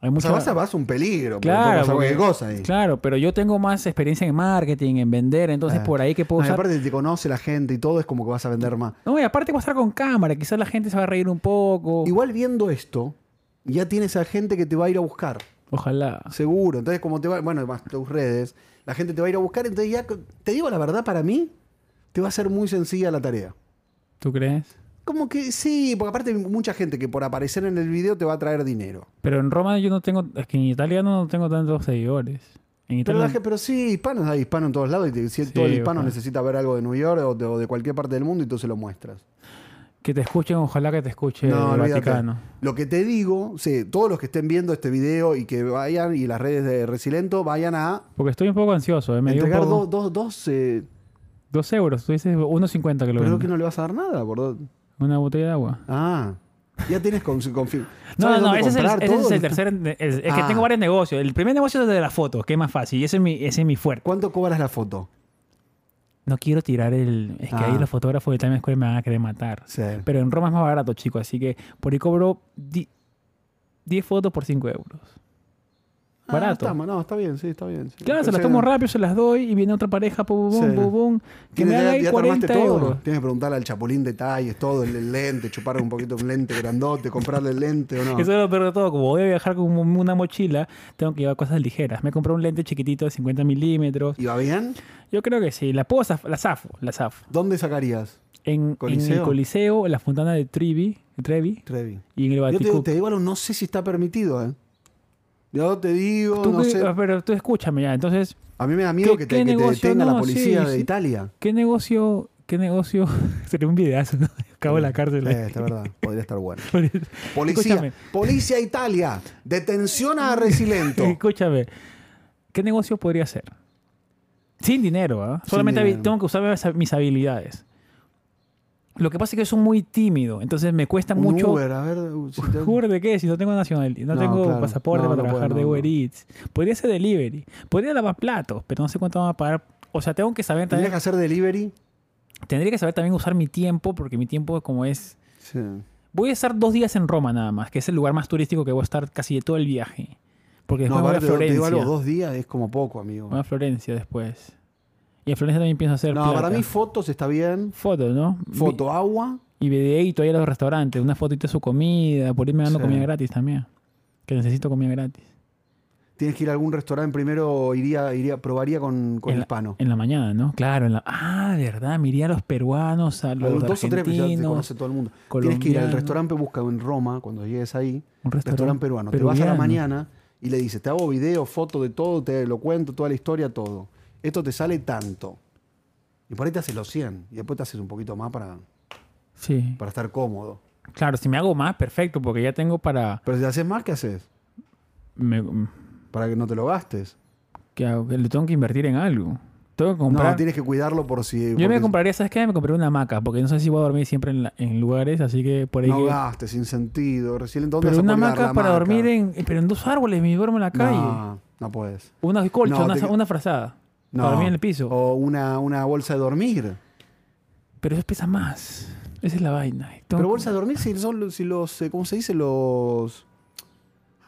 S1: Hay
S2: O
S1: mucha-
S2: sea, vas a, vas a un peligro. porque puede
S1: Claro,
S2: pasar
S1: porque-
S2: cualquier cosa ahí.
S1: claro, pero yo tengo más experiencia en marketing, en vender, entonces
S2: Ah.
S1: por ahí que puedo
S2: No, y
S1: usar.
S2: aparte te conoce la gente y todo, es como que vas a vender más.
S1: No, y aparte voy a estar con cámara, quizás la gente se va a reír un poco.
S2: Igual viendo esto, ya tienes a gente que te va a ir a buscar,
S1: Ojalá.
S2: seguro. Entonces, como te va, bueno, más tus redes, la gente te va a ir a buscar, entonces ya, te digo la verdad, para mí, te va a ser muy sencilla la tarea.
S1: ¿Tú crees?
S2: Como que sí, porque aparte hay mucha gente que por aparecer en el video te va a traer dinero.
S1: Pero en Roma yo no tengo. Es que en italiano no tengo tantos seguidores. En
S2: Pero,
S1: Italia.
S2: la- pero sí, hispanos, hay hispanos en todos lados y te- si
S1: Sí,
S2: todo el hispano
S1: ojalá.
S2: necesita ver algo de New York o de, o de cualquier parte del mundo y tú se lo muestras.
S1: Que te escuchen, ojalá que te escuche el
S2: olvídate.
S1: Vaticano.
S2: Lo que te digo, sí, todos los que estén viendo este video y que vayan y las redes de Resilento vayan a
S1: Porque estoy un poco ansioso. ¿eh? Me dio un
S2: entregar
S1: poco-
S2: dos, dos, dos eh,
S1: dos euros. Tú dices 1.50 que lo
S2: pero
S1: vendo.
S2: que no le vas a dar nada, por dos.
S1: Una botella de agua.
S2: Ah, ya tienes con, confirmación.
S1: No, no, ese es el, ese es el tercer. Es, es que
S2: Ah.
S1: tengo varios negocios. El primer negocio es el de las fotos, que es más fácil. Y ese es mi, ese es mi fuerte.
S2: ¿Cuánto cobras la foto?
S1: No quiero tirar el. Es que
S2: Ah.
S1: ahí los fotógrafos de Times Square me van a querer matar.
S2: Sí.
S1: Pero en Roma es más barato, chicos. Así que por ahí cobro di- 10 fotos por 5 euros.
S2: Ah,
S1: Barato.
S2: está, no, está bien, sí, está bien. sí.
S1: claro, se las
S2: Sí.
S1: tomo rápido, se las doy y viene otra pareja, pum, pum,
S2: Sí.
S1: pum, pum. Que
S2: Tienes-
S1: me haga
S2: ya-
S1: ahí
S2: ya te armaste
S1: 40 euros.
S2: Todo? Tienes que preguntarle al chapulín detalles, todo, el, el lente, chuparle un poquito un lente grandote, comprarle el lente o no.
S1: Eso es lo peor de todo. Como voy a viajar con un- una mochila, tengo que llevar cosas ligeras. Me compré un lente chiquitito de 50 milímetros.
S2: ¿Y va bien?
S1: Yo creo que sí. La puedo zaf- la zafo, la zafo.
S2: ¿Dónde sacarías?
S1: En, en el
S2: Coliseo.
S1: Coliseo, en la Fontana de Trevi, Trevi
S2: Trevi.
S1: y en el
S2: Yo te, digo-
S1: Vaticano.
S2: te digo algo, no sé si está permitido, ¿eh? Yo te digo,
S1: Tú
S2: no
S1: que- ah,
S2: sé.
S1: Pero tú escúchame ya. Entonces,
S2: A mí me da miedo
S1: ¿Qué-
S2: que
S1: qué
S2: te, que te
S1: negocio?
S2: detenga la
S1: No,
S2: policía
S1: sí,
S2: de
S1: sí.
S2: Italia.
S1: ¿qué negocio? ¿Qué negocio? Sería un videazo, ¿no? Acabo en la cárcel.
S2: Eh, está verdad, podría estar bueno.
S1: Escúchame.
S2: Policía, policía Italia, detención a Resilento.
S1: Escúchame, ¿qué negocio podría hacer? Sin dinero, ¿ah?
S2: Sin
S1: Solamente habi-
S2: dinero.
S1: tengo que usar mis- mis habilidades. Lo que pasa es que soy muy tímido, entonces me cuesta
S2: Un
S1: mucho.
S2: Uber, a ver, uh, si te-
S1: ¿Uber de qué? Si no tengo nacionalidad, no,
S2: No,
S1: tengo
S2: claro.
S1: pasaporte
S2: No,
S1: para
S2: no
S1: trabajar
S2: puedo,
S1: de
S2: no,
S1: Uber
S2: no.
S1: Eats. Podría ser delivery, podría lavar platos, pero no sé cuánto van a pagar. O sea, tengo que saber también.
S2: ¿Tendrías que hacer delivery?
S1: Tendría que saber también usar mi tiempo, porque mi tiempo, como es.
S2: Sí.
S1: Voy a estar dos días en Roma nada más, que es el lugar más turístico que voy a estar casi de todo el viaje. Porque
S2: No,
S1: después voy a
S2: aparte, te- te
S1: Florencia.
S2: digo algo, dos días es como poco, amigo.
S1: Voy a Florencia después. Y en Florencia también pienso hacer.
S2: No,
S1: plata.
S2: para mí fotos está bien.
S1: Foto, ¿no?
S2: Foto, agua.
S1: Vi- Y videíto ahí a los restaurantes. Una fotito de su comida. Por irme dando
S2: Sí.
S1: comida gratis también. Que necesito comida gratis.
S2: Tienes que ir a algún restaurante primero, iría, iría, probaría con, con
S1: en,
S2: hispano.
S1: La, en la mañana, ¿no? Claro. En la, ah, verdad. Me iría a los peruanos, a los,
S2: A los dos o tres que ya te
S1: argentinos.
S2: conoce todo el mundo. Tienes que ir al
S1: colombianos.
S2: restaurante, busca en Roma, cuando llegues ahí,
S1: Un
S2: restaurante peruano. Te vas a la mañana y le dices, te hago video, foto de todo, te lo cuento, toda la historia, todo. Esto te sale tanto. Y por ahí te haces los 100. Y después te haces un poquito más para,
S1: Sí.
S2: para estar cómodo.
S1: Claro, si me hago más, perfecto. Porque ya tengo para.
S2: Pero si te haces más, ¿qué haces?
S1: me-
S2: Para que no te lo gastes.
S1: ¿qué hago? Que Le tengo que invertir en algo. Tengo que comprar.
S2: No, tienes que cuidarlo por si...
S1: Yo me
S2: porque
S1: compraría, ¿sabes qué? Me compraría una hamaca, porque no sé si voy a dormir siempre en, la- en lugares, así que por ahí.
S2: No
S1: que-
S2: gastes, sin sentido. Recién entonces
S1: pero una hamaca para dormir en, eh, pero en dos árboles, me duermo en la calle.
S2: No, no puedes.
S1: Una colcha,
S2: No,
S1: una,
S2: te-
S1: una frazada.
S2: No.
S1: Para dormir en el piso.
S2: O una, una bolsa de dormir.
S1: Pero eso pesa más. Esa es la vaina. Tengo
S2: Pero
S1: que-
S2: bolsa de dormir si son los- si los, eh, ¿cómo se dice? Los...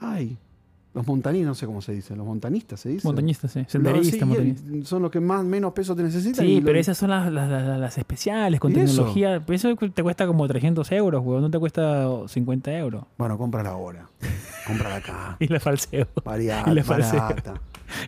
S2: Ay, los montanistas, no sé cómo se dice. Los montanistas, ¿se dice?
S1: Montañista, sí.
S2: Los-
S1: Senderista,
S2: sí,
S1: montañista.
S2: y- Son los que más menos peso te necesitan.
S1: Sí,
S2: y lo-
S1: pero esas son las, las- las- las especiales, con
S2: ¿Y eso?
S1: tecnología. Pero Eso? te cuesta como 300 euros, weón. No te cuesta 50 euros.
S2: Bueno, cómprala ahora. Cómprala acá.
S1: Y la falseo.
S2: Variada,
S1: Y la falsea.
S2: barata.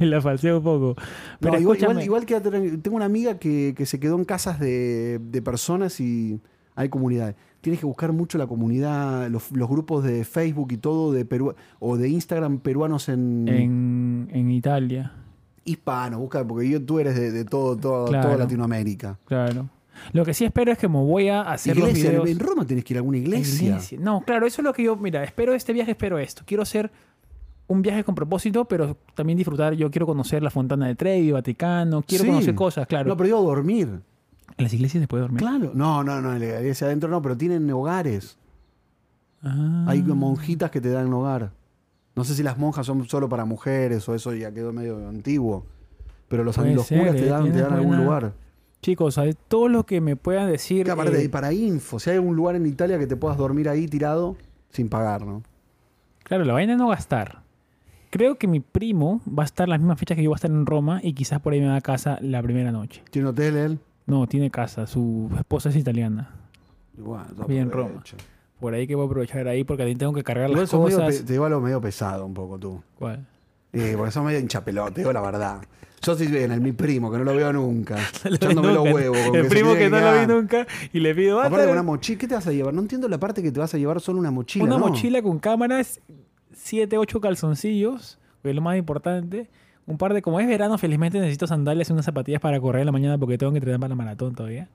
S1: y la falseo un poco. Pero
S2: No, igual,
S1: escúchame.
S2: igual, igual quédate tranqui- Tengo una amiga que, que se quedó en casas de, de personas y hay comunidades. Tienes que buscar mucho la comunidad, los, los grupos de Facebook y todo de Perú o de Instagram peruanos en,
S1: En, en Italia.
S2: hispano, busca, porque yo, tú eres de, de todo, todo,
S1: Claro.
S2: toda Latinoamérica.
S1: Claro. Lo que sí espero es que me voy a hacer
S2: Iglesia,
S1: los videos.
S2: en Roma tenés que ir a alguna iglesia.
S1: Iglesia. No, claro, eso es lo que yo, mira, espero este viaje, espero esto. Quiero hacer un viaje con propósito, pero también disfrutar. Yo quiero conocer la Fontana de Trevi, Vaticano, quiero
S2: Sí.
S1: conocer cosas, claro.
S2: No, pero yo a dormir.
S1: En las iglesias se puede dormir.
S2: Claro. No, no, no, en la iglesia adentro no, pero tienen hogares.
S1: Ah.
S2: Hay monjitas que te dan hogar. No sé si las monjas son solo para mujeres o eso ya quedó medio antiguo. Pero los,
S1: Puede
S2: los
S1: ser,
S2: curas
S1: eh,
S2: te dan, te
S1: tiene
S2: dan algún
S1: buena-
S2: lugar.
S1: Chicos, a ver, todo lo que me puedan decir.
S2: Que aparte,
S1: eh,
S2: y para info, si hay algún lugar en Italia que te puedas dormir ahí tirado sin pagar, ¿no?
S1: Claro, la vaina es no gastar. Creo que mi primo va a estar las mismas fechas que yo voy a estar en Roma y quizás por ahí me da casa la primera noche.
S2: Tiene un hotel él.
S1: No, tiene casa, su esposa es italiana.
S2: Y bueno,
S1: Bien, Roma.
S2: aprovecho.
S1: Por ahí que voy a aprovechar ahí porque ahí tengo que cargar
S2: Igual
S1: las
S2: sos medio pe-
S1: cosas.
S2: te digo algo medio pesado un poco tú.
S1: ¿Cuál?
S2: Eh, porque son medio hinchapelote, digo la verdad. Yo estoy bien, el mi primo, que no lo veo nunca. Echándome los huevos. con
S1: El
S2: se
S1: primo
S2: tiene
S1: que no lo vi
S2: quedar.
S1: nunca y le pido. "Ah,
S2: Aparte
S1: tal-
S2: con una mochila, ¿qué te vas a llevar? No entiendo la parte que te vas a llevar solo una mochila.
S1: una
S2: ¿no?
S1: mochila con cámaras, 7, 8 calzoncillos, que es lo más importante. Un par de, como es verano, felizmente necesito sandalias y unas zapatillas para correr en la mañana porque tengo que entrenar para la maratón todavía.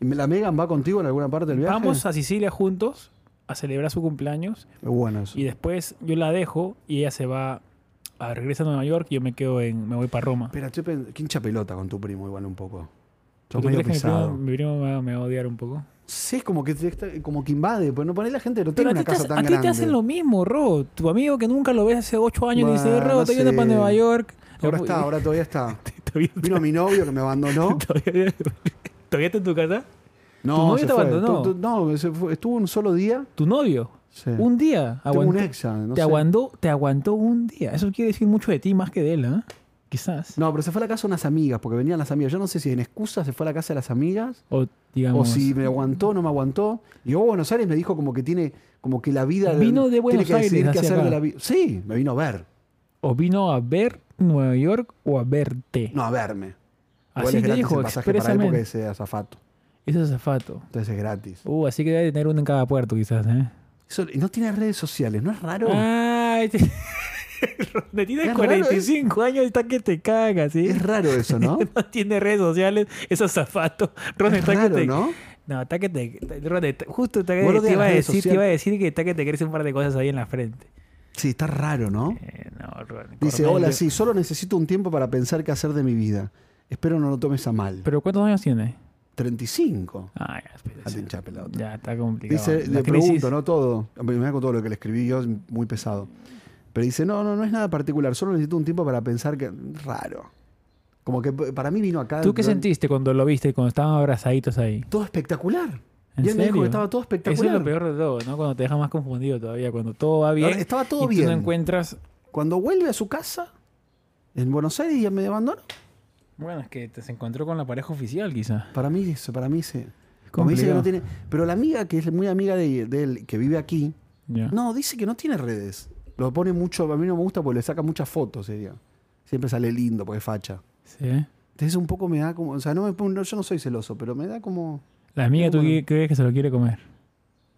S2: ¿Y ¿La Megan va contigo en alguna parte del viaje?
S1: Vamos a Sicilia juntos a celebrar su cumpleaños
S2: Es bueno eso.
S1: y después yo la dejo y ella se va, a, regresa a Nueva York y yo me quedo en, me voy para Roma.
S2: Espera, estoy pensando. ¿Quién chapelota con tu primo igual un poco?
S1: ¿Tú
S2: Sos medio
S1: crees que mi
S2: pesado.
S1: primo, mi primo me, va, me va a odiar un poco?
S2: Sí, es como que, te está- como que invade. Pues no poner la gente, no
S1: Pero
S2: tiene
S1: a
S2: una
S1: ti, te,
S2: casa
S1: hace-
S2: tan
S1: a ti
S2: grande.
S1: te hacen lo mismo, Ro. Tu amigo que nunca lo ves hace 8 años y dice,
S2: Bueno,
S1: Ro,
S2: no
S1: te yendo para
S2: sé.
S1: Nueva York.
S2: Ahora está, ahora todavía está.
S1: Todavía-
S2: Vino mi novio que me abandonó.
S1: ¿Todavía, ¿Todavía está en tu casa?
S2: No,
S1: novio
S2: se
S1: te
S2: fue.
S1: abandonó?
S2: Tu- tu- no, se fue. estuvo un solo día.
S1: ¿Tu novio?
S2: Sí.
S1: Un día.
S2: Tengo
S1: aguantó-
S2: un exa, no
S1: te,
S2: sé.
S1: aguantó, te aguantó un día. Eso quiere decir mucho de ti más que de él, ¿eh? Quizás.
S2: No, pero se fue a la casa de unas amigas, porque venían las amigas. Yo no sé si en excusa se fue a la casa de las amigas,
S1: O digamos.
S2: o si me aguantó, no me aguantó. Llegó a Buenos Aires, me dijo como que tiene, como que la vida
S1: Vino de Buenos
S2: tiene que decidir
S1: Aires
S2: qué
S1: hacia
S2: hacer de
S1: acá.
S2: la vida. Sí, me vino a ver.
S1: o vino a ver Nueva York o a verte.
S2: No, a verme. Igual
S1: así
S2: es
S1: te
S2: gratis
S1: dijo
S2: el pasaje para él porque
S1: expresamente.
S2: es eh, azafato.
S1: Ese es azafato.
S2: Entonces es gratis.
S1: Uh, así que debe tener uno en cada puerto, quizás, ¿eh?
S2: Eso- y no tiene redes sociales, ¿no es raro?
S1: Ah, este... Ronde, tienes
S2: Es raro, ¿eh?
S1: 45 años y está que te cagas, ¿sí?
S2: Es raro eso, ¿no?
S1: No tiene redes sociales, es azafato. Ron
S2: es
S1: está que
S2: raro,
S1: te...
S2: ¿no?
S1: No, está que te. Ron, está- Justo está que-
S2: Vos lo de
S1: te, iba a
S2: las redes
S1: decir, te
S2: sociales.
S1: iba a decir que está que te crece un par de cosas ahí en la frente.
S2: Sí, está raro, ¿no?
S1: Eh, no, Ron.
S2: Dice,
S1: Coronel,
S2: hola,
S1: yo-
S2: sí, solo necesito un tiempo para pensar qué hacer de mi vida. Espero no lo tomes a mal.
S1: ¿Pero cuántos años tiene?
S2: 35.
S1: Ah, ya, espera,
S2: Ah, te
S1: sí.
S2: hincha pelota.
S1: Ya, está complicado.
S2: Dice,
S1: La
S2: le
S1: crisis-
S2: pregunto, no todo. Me me hago todo lo que le escribí yo, es muy pesado. Pero dice, no, no, no es nada particular, solo necesito un tiempo para pensar que. Raro. Como que p- para mí vino acá.
S1: ¿Tú qué
S2: todo-
S1: sentiste cuando lo viste, cuando estaban abrazaditos ahí?
S2: Todo espectacular.
S1: ¿En
S2: Y él me dijo
S1: serio?
S2: que estaba todo
S1: Eso
S2: espectacular.
S1: es lo peor de todo, ¿no? Cuando te deja más confundido todavía, cuando todo va bien.
S2: Estaba todo
S1: y Tú
S2: bien.
S1: no encuentras.
S2: Cuando vuelve a su casa, en Buenos Aires, ya me abandonó.
S1: Bueno, es que te se encontró con la pareja oficial, quizá.
S2: Para mí eso, para mí se. Como dice que no tiene. Pero la amiga que es muy amiga de, de él, que vive aquí,
S1: Ya.
S2: no, dice que no tiene redes. Lo pone mucho, a mí no me gusta porque le saca muchas fotos, sería. Siempre sale lindo porque es facha.
S1: Sí.
S2: Entonces un poco me da como, o sea, no me pongo- no, yo no soy celoso, pero me da como
S1: La amiga, ¿tú
S2: Bueno.
S1: qué- crees que se lo quiere comer?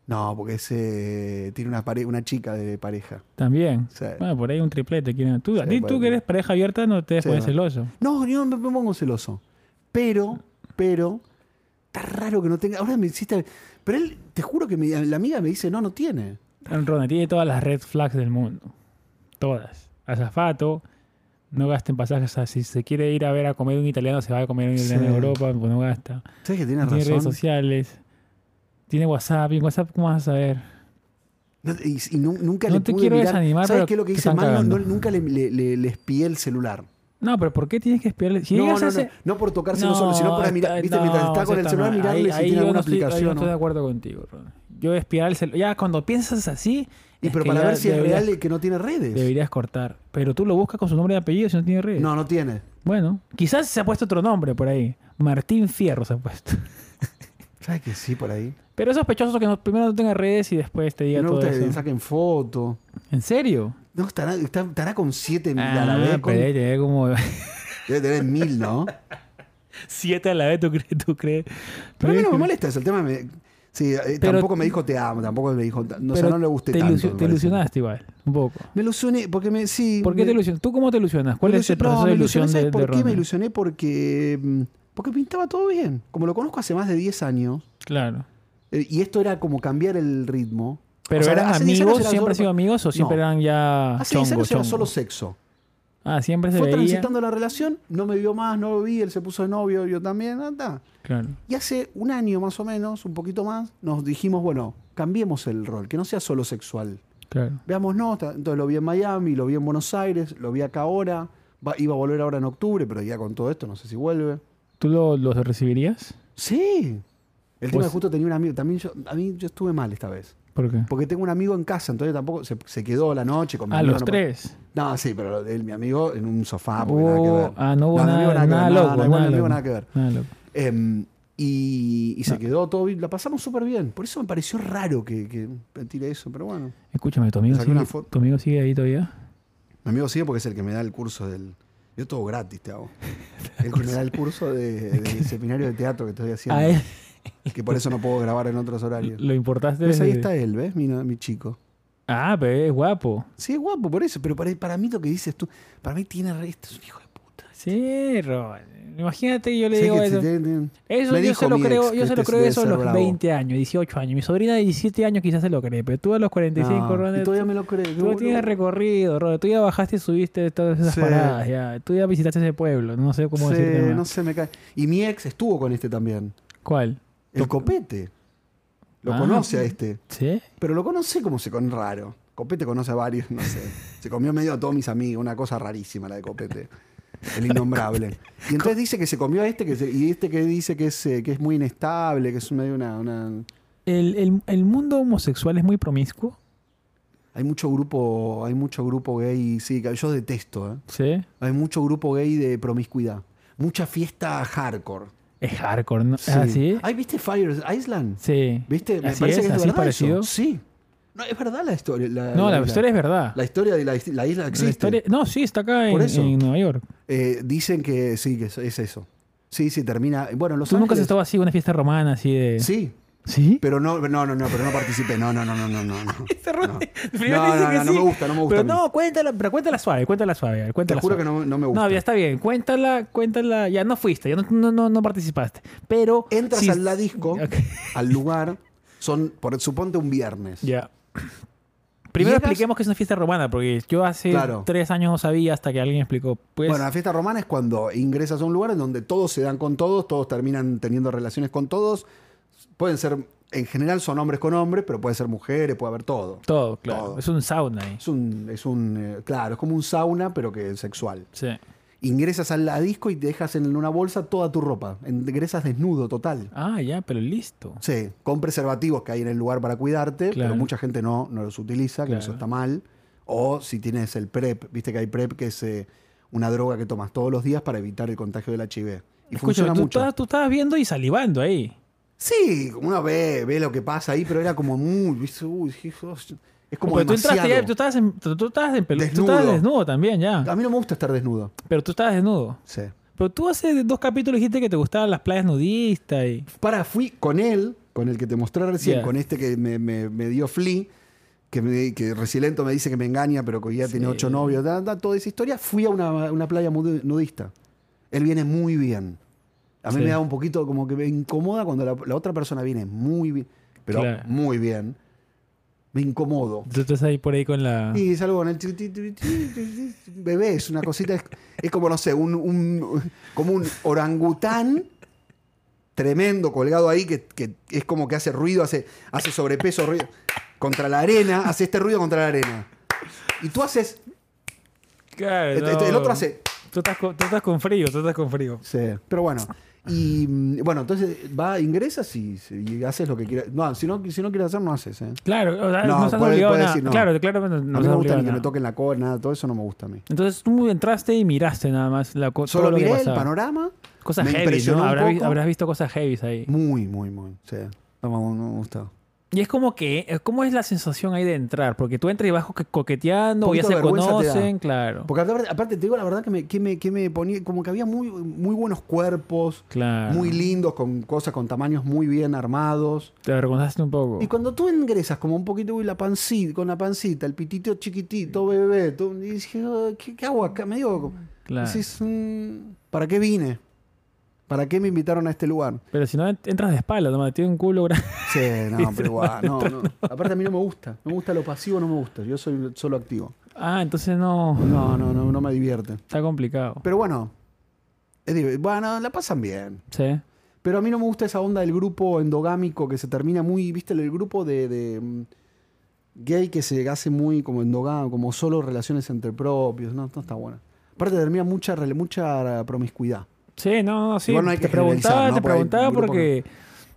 S2: no, porque ese tiene una pare- una chica de pareja.
S1: También.
S2: O sea,
S1: Bueno, por ahí un triplete. quieren- Tú, a
S2: Sí,
S1: ti,
S2: puede
S1: tú que
S2: ser.
S1: eres pareja abierta, no te
S2: Sí,
S1: pones
S2: no.
S1: celoso.
S2: No, yo no me pongo celoso. Pero, pero está raro que no tenga. Ahora me hiciste, pero él te juro que mi- la amiga me dice, "No, no tiene."
S1: Ronda tiene todas las red flags del mundo. Todas. Azafato. No gasten pasajes. O sea, si se quiere ir a ver a comer un italiano, se va a comer un
S2: Sí.
S1: italiano en Europa, pues no gasta.
S2: ¿Sabes que tiene
S1: No tiene redes
S2: razón?
S1: sociales. Tiene WhatsApp. ¿Y en WhatsApp cómo vas a saber?
S2: No, y, y nu- nunca
S1: No
S2: le
S1: te
S2: pude
S1: quiero
S2: mirar.
S1: desanimar,
S2: ¿Sabes
S1: pero
S2: qué es lo que
S1: te
S2: hice
S1: están
S2: mal? No-
S1: cagando.
S2: no- nunca le, le, le- le espié el celular.
S1: No, pero ¿por qué tienes que espiarle? Si
S2: no,
S1: llegas
S2: no,
S1: a
S2: no,
S1: ese-
S2: no por tocarse no, solo, sino para mirar,
S1: está-
S2: viste,
S1: no,
S2: mientras está
S1: eso
S2: con el celular,
S1: mal.
S2: mirarle
S1: Ahí-
S2: si
S1: ahí
S2: tiene
S1: yo
S2: alguna
S1: no estoy- ahí
S2: aplicación
S1: no
S2: o no.
S1: estoy de acuerdo contigo, Ron. Yo espiar el celular. Ya cuando piensas así.
S2: Y
S1: es
S2: pero
S1: que
S2: para
S1: ya
S2: ver si es
S1: deberías-
S2: real y que no tiene redes.
S1: Deberías cortar. Pero tú lo buscas con su nombre y apellido si no tiene redes.
S2: No, no tiene.
S1: Bueno, quizás se ha puesto otro nombre por ahí. Martín Fierro se ha puesto.
S2: ¿Sabes que sí por ahí?
S1: Pero es sospechoso que no- primero no tenga redes y después te diga
S2: No me
S1: todo
S2: gusta que
S1: eso.
S2: le saquen foto.
S1: ¿En serio?
S2: No, estará, está- estará con 7 mil a la
S1: Ah,
S2: vez.
S1: pero
S2: con-
S1: debe tener como
S2: Debe tener mil, ¿no?
S1: siete a la vez, ¿tú crees? ¿Tú crees?
S2: Pero a mí no me
S1: Pero-
S2: molesta eso. El tema me- Sí, eh,
S1: Pero-
S2: tampoco me dijo te amo, tampoco me dijo. No, o sea,
S1: pero
S2: no le gusté
S1: te
S2: tanto.
S1: ilusio-
S2: me
S1: te
S2: parece.
S1: ilusionaste igual, un poco.
S2: Me ilusioné porque me. Sí.
S1: ¿Por qué te
S2: me-
S1: ilusionas? ¿Tú cómo te ilusionas? ¿Cuál
S2: me
S1: es el
S2: ilusioné-
S1: proceso
S2: no,
S1: de
S2: me
S1: ilusión
S2: ilusioné,
S1: de, de
S2: ¿sabes por qué me
S1: Ronald?
S2: ilusioné? Porque. mm, Porque pintaba todo bien. Como lo conozco hace más de 10 años.
S1: Claro.
S2: eh, Y esto era como cambiar el ritmo.
S1: ¿Pero
S2: O sea,
S1: eran
S2: hace 10 años
S1: amigos?
S2: era
S1: ¿Siempre han
S2: solo-
S1: sido amigos o siempre
S2: No.
S1: eran ya
S2: Hace 10
S1: chongo,
S2: años era
S1: chongo?
S2: solo sexo.
S1: Ah, siempre se
S2: Fue
S1: veía.
S2: transitando la relación, no me vio más, no lo vi, él se puso de novio, yo también, anda.
S1: Claro.
S2: Y hace un año más o menos, un poquito más, nos dijimos, bueno, cambiemos el rol, que no sea solo sexual.
S1: Claro.
S2: Veamos, no, ta- entonces lo vi en Miami, lo vi en Buenos Aires, lo vi acá ahora, va- iba a volver ahora en octubre, pero ya con todo esto no sé si vuelve.
S1: ¿Tú lo- los recibirías?
S2: Sí. El tema
S1: Pues-
S2: es que justo tenía un amigo, también yo, a mí yo estuve mal esta vez.
S1: ¿Por qué?
S2: Porque tengo un amigo en casa, entonces tampoco se, se quedó la noche con mi
S1: Ah,
S2: amigo,
S1: los
S2: no-
S1: tres.
S2: No, sí, pero él, mi amigo en un sofá, porque pues, nada que
S1: Oh,
S2: ver.
S1: Ah, no hubo
S2: No, no
S1: nada,
S2: hubo nada que
S1: nada
S2: ver, nada,
S1: loco.
S2: nada,
S1: nada
S2: igual no hubo
S1: loco.
S2: nada que ver.
S1: Nada loco.
S2: Em, y y se quedó todo bien, la pasamos súper bien. Por eso me pareció raro que, que tire eso, pero bueno.
S1: Escúchame, ¿tu amigo,
S2: saqué una
S1: sigue,
S2: foto.
S1: ¿tu amigo sigue ahí todavía?
S2: Mi amigo sigue porque es el que me da el curso del. Yo todo gratis te hago. El que me da el curso de- del seminario de teatro que estoy haciendo.
S1: Ah, él-
S2: Que por eso no puedo grabar en otros horarios.
S1: lo importaste
S2: Pues ahí
S1: desde-
S2: está él, ¿ves? Mi, mi chico.
S1: Ah, pero es guapo.
S2: Sí, es guapo por eso, pero para, para mí lo que dices tú, para mí tiene re, este es un hijo de puta.
S1: Sí, Robert. Imagínate, yo le
S2: Sé
S1: digo
S2: que
S1: eso.
S2: te- te-
S1: Eso
S2: Me
S1: yo
S2: dijo
S1: se lo
S2: mi
S1: creo,
S2: ex
S1: yo
S2: que
S1: se lo
S2: este
S1: creo
S2: debe
S1: eso a
S2: ser
S1: los
S2: bravo.
S1: 20 años, 18 años. Mi sobrina de 17 años quizás se lo cree, pero tú a los 45,
S2: No,
S1: Ronald,
S2: y todavía me lo creo.
S1: tú ya tienes recorrido, Robert. Tú ya bajaste y subiste todas esas
S2: Sí.
S1: paradas, ya. Tú ya visitaste ese pueblo, no sé cómo
S2: Sí,
S1: decirte más.
S2: no se me cae. Y mi ex estuvo con este también.
S1: ¿Cuál?
S2: El copete. Lo
S1: Ah.
S2: conoce a este.
S1: ¿Sí?
S2: Pero lo conoce como se con raro. Copete conoce a varios, no sé. Se comió medio a todos mis amigos, una cosa rarísima la de Copete. El innombrable. Y entonces dice que se comió a este que se- y este que dice que es, eh, que es muy inestable, que es medio una- una
S1: ¿El, el, el mundo homosexual es muy promiscuo?
S2: Hay mucho grupo, hay mucho grupo gay, sí, que yo detesto, ¿eh?
S1: ¿Sí?
S2: Hay mucho grupo gay de promiscuidad. Mucha fiesta hardcore.
S1: Es hardcore, ¿no? ¿Ah, sí?
S2: Ay, ¿viste Fire Island?
S1: Sí.
S2: ¿Viste? Me
S1: Así
S2: parece
S1: es,
S2: que es
S1: así
S2: verdad
S1: parecido.
S2: eso. Sí. No, es verdad la historia. La,
S1: No, la
S2: isla.
S1: historia es verdad.
S2: La historia de la, is- la isla existe.
S1: La historia- No, sí, está acá en,
S2: Por eso.
S1: en Nueva York.
S2: Eh, dicen que sí, que es, es eso. Sí, sí, termina. Bueno, en Los
S1: ¿Tú nunca has
S2: Ángeles-
S1: estado así en una fiesta romana así de...?
S2: Sí,
S1: ¿Sí?
S2: pero no, no, no, no, pero no participé. No, no, no, no, no, no. no.
S1: Este Ron-
S2: No.
S1: primero
S2: No,
S1: dice
S2: no,
S1: que
S2: no, no
S1: sí,
S2: me gusta, no me gusta
S1: Pero
S2: a mí.
S1: no, cuéntala, pero cuéntala suave, cuéntala suave, a ver,
S2: Te
S1: cuéntala
S2: juro que
S1: suave.
S2: no, no me gusta.
S1: ya está bien, cuéntala, cuéntala, ya no fuiste, ya no, no, no, no participaste, pero...
S2: Entras
S1: sí-
S2: al la disco,
S1: Ok,
S2: al lugar, son, por, suponte un viernes.
S1: Ya. Primero
S2: Llegas-
S1: expliquemos que es una fiesta romana, porque yo hace
S2: Claro.
S1: tres años no sabía hasta que alguien explicó. Pues,
S2: Bueno, la fiesta romana es cuando ingresas a un lugar en donde todos se dan con todos, todos terminan teniendo relaciones con todos. Pueden ser, en general son hombres con hombres, pero pueden ser mujeres, puede haber todo.
S1: todo, claro,
S2: todo.
S1: es un sauna ahí.
S2: Es un, es un, eh, claro, es como un sauna, pero que es sexual.
S1: Sí.
S2: Ingresas al la disco y dejas en una bolsa toda tu ropa. Ingresas desnudo, total.
S1: Ah, ya, pero listo.
S2: Sí, con preservativos que hay en el lugar para cuidarte,
S1: Claro.
S2: pero mucha gente no, no los utiliza, que eso
S1: Claro.
S2: está mal. O si tienes el PrEP, viste que hay PrEP, que es eh, una droga que tomas todos los días para evitar el contagio del HIV. Y
S1: Escúchame,
S2: funciona
S1: tú,
S2: mucho.
S1: estabas- tú estabas viendo y salivando ahí.
S2: Sí, uno ve, ve lo que pasa ahí, pero era como muy. viste, uy, sí, sos- es como
S1: pero tú entraste ya,
S2: demasiado.
S1: tú estabas en, tú, tú estabas en pelu- tú
S2: Desnudo.
S1: estabas desnudo también ya,
S2: A mí no me gusta estar desnudo.
S1: pero tú estabas desnudo.
S2: Sí.
S1: Pero tú hace dos capítulos dijiste que te gustaban las playas nudistas y...
S2: Para, fui con él, con el que te mostré recién,
S1: Yeah.
S2: con este que me, me- me dio Flea, que, me, que Resilento me dice que me engaña, pero que ya tiene
S1: Sí.
S2: ocho novios, da, da toda esa historia. Fui a una, una playa mudi- nudista. Él viene muy bien. A mí
S1: Sí.
S2: me da un poquito como que me incomoda cuando la, la otra persona viene muy bien, pero
S1: Claro.
S2: muy bien. Me incomodo.
S1: Tú estás ahí por ahí con la...
S2: Y es algo con el chi- chi- chi- chi- chi- chi- bebé, es una cosita, es, es como, no sé, un, un- como un orangután tremendo colgado ahí que, que es como que hace ruido, hace, hace sobrepeso, ruido contra la arena, hace este ruido contra la arena. Y tú haces,
S1: Claro,
S2: este- este- el
S1: no.
S2: otro hace,
S1: Tú estás, con, tú estás con frío, tú estás con frío.
S2: Sí, pero bueno. Y mm, bueno, entonces va, ingresas y, y haces lo que quieras. No, si no, si no quieres hacer, no haces. ¿eh?
S1: Claro, o sea, no,
S2: No,
S1: estás
S2: puede-
S1: obligado a
S2: puede
S1: nada.
S2: decir no.
S1: Claro, claro, no,
S2: a
S1: no
S2: mí no
S1: estás
S2: me gusta
S1: obligado a
S2: ni que me
S1: nada.
S2: toquen la cola, nada, todo eso no me gusta a mí.
S1: Entonces tú entraste y miraste nada más la co-
S2: Solo
S1: todo lo que
S2: miré el
S1: pasaba.
S2: panorama.
S1: Cosas
S2: me
S1: heavy,
S2: impresionó
S1: ¿no?
S2: un
S1: Habrás, vi-
S2: poco.
S1: habrás visto cosas heavy ahí.
S2: Muy, muy, muy. Sí. No, me- no me gusta.
S1: Y es como que, eh, ¿cómo es la sensación ahí de entrar? Porque tú entras y vas co- coqueteando,
S2: Poquito
S1: ya se
S2: de vergüenza te da.
S1: conocen, claro.
S2: Porque aparte, aparte te digo la verdad que me, que me, que me ponía, como que había muy, muy buenos cuerpos,
S1: Claro.
S2: muy lindos, con cosas, con tamaños muy bien armados.
S1: Te avergonzaste un poco.
S2: Y cuando tú ingresas como un poquito uy, la pancita, con la pancita, el pitito chiquitito, bebé, tú, y dije, "Ah, ¿qué, qué hago acá? Me digo,
S1: Claro.
S2: decís, mm, ¿para qué vine? ¿Para qué me invitaron a este lugar?
S1: Pero si no, ent- entras de espalda, nomás, tiene un culo grande.
S2: Sí, no, pero igual, no, no. Aparte a mí no me gusta, no me gusta lo pasivo, no me gusta, yo soy solo activo.
S1: Ah, entonces no.
S2: No, no, no, no me divierte.
S1: Está complicado.
S2: Pero bueno, es div- bueno, la pasan bien.
S1: Sí.
S2: Pero a mí no me gusta esa onda del grupo endogámico que se termina muy, viste, el grupo de, de, mm, gay que se hace muy como endogámico, como solo relaciones entre propios, no, no está buena. Aparte termina mucha, rela- mucha promiscuidad.
S1: Sí, no, no, sí.
S2: Igual no hay
S1: te
S2: que
S1: preguntaba,
S2: generalizar, ¿no?
S1: te
S2: Porque hay
S1: preguntaba
S2: grupos
S1: porque,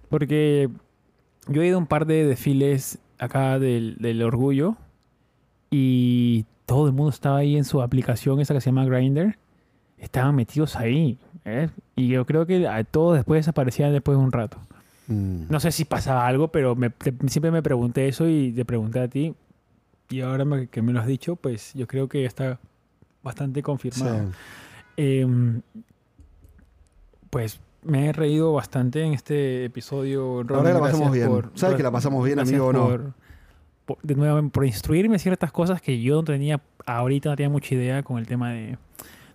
S1: porque yo he ido a un par de desfiles acá del, del orgullo y todo el mundo estaba ahí en su aplicación esa que se llama Grinder. Estaban metidos ahí. ¿eh? Y yo creo que a todos después desaparecían después de un rato. No sé si pasaba algo, pero me- te- siempre me pregunté eso y te pregunté a ti. Y ahora me- que me lo has dicho, pues yo creo que esta bastante confirmado. Eh, pues me he reído bastante en este episodio. Ron.
S2: verdad que la
S1: Gracias
S2: pasamos bien.
S1: por-
S2: Sabes que la pasamos bien,
S1: gracias
S2: amigo, ¿o no?
S1: por- por- de nuevo, por instruirme ciertas cosas que yo no tenía, ahorita no tenía mucha idea con el tema de,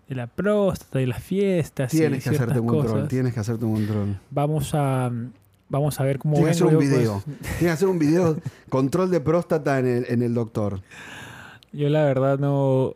S1: de la próstata y las fiestas. y
S2: Tienes que
S1: ciertas
S2: hacerte un
S1: cosas.
S2: control, tienes que hacerte un control.
S1: Vamos a. Vamos a ver cómo
S2: Tienes que hacer
S1: vengo
S2: un
S1: yo,
S2: video.
S1: pues.
S2: Tienes que hacer un video control de próstata en el, en el doctor.
S1: yo la verdad no,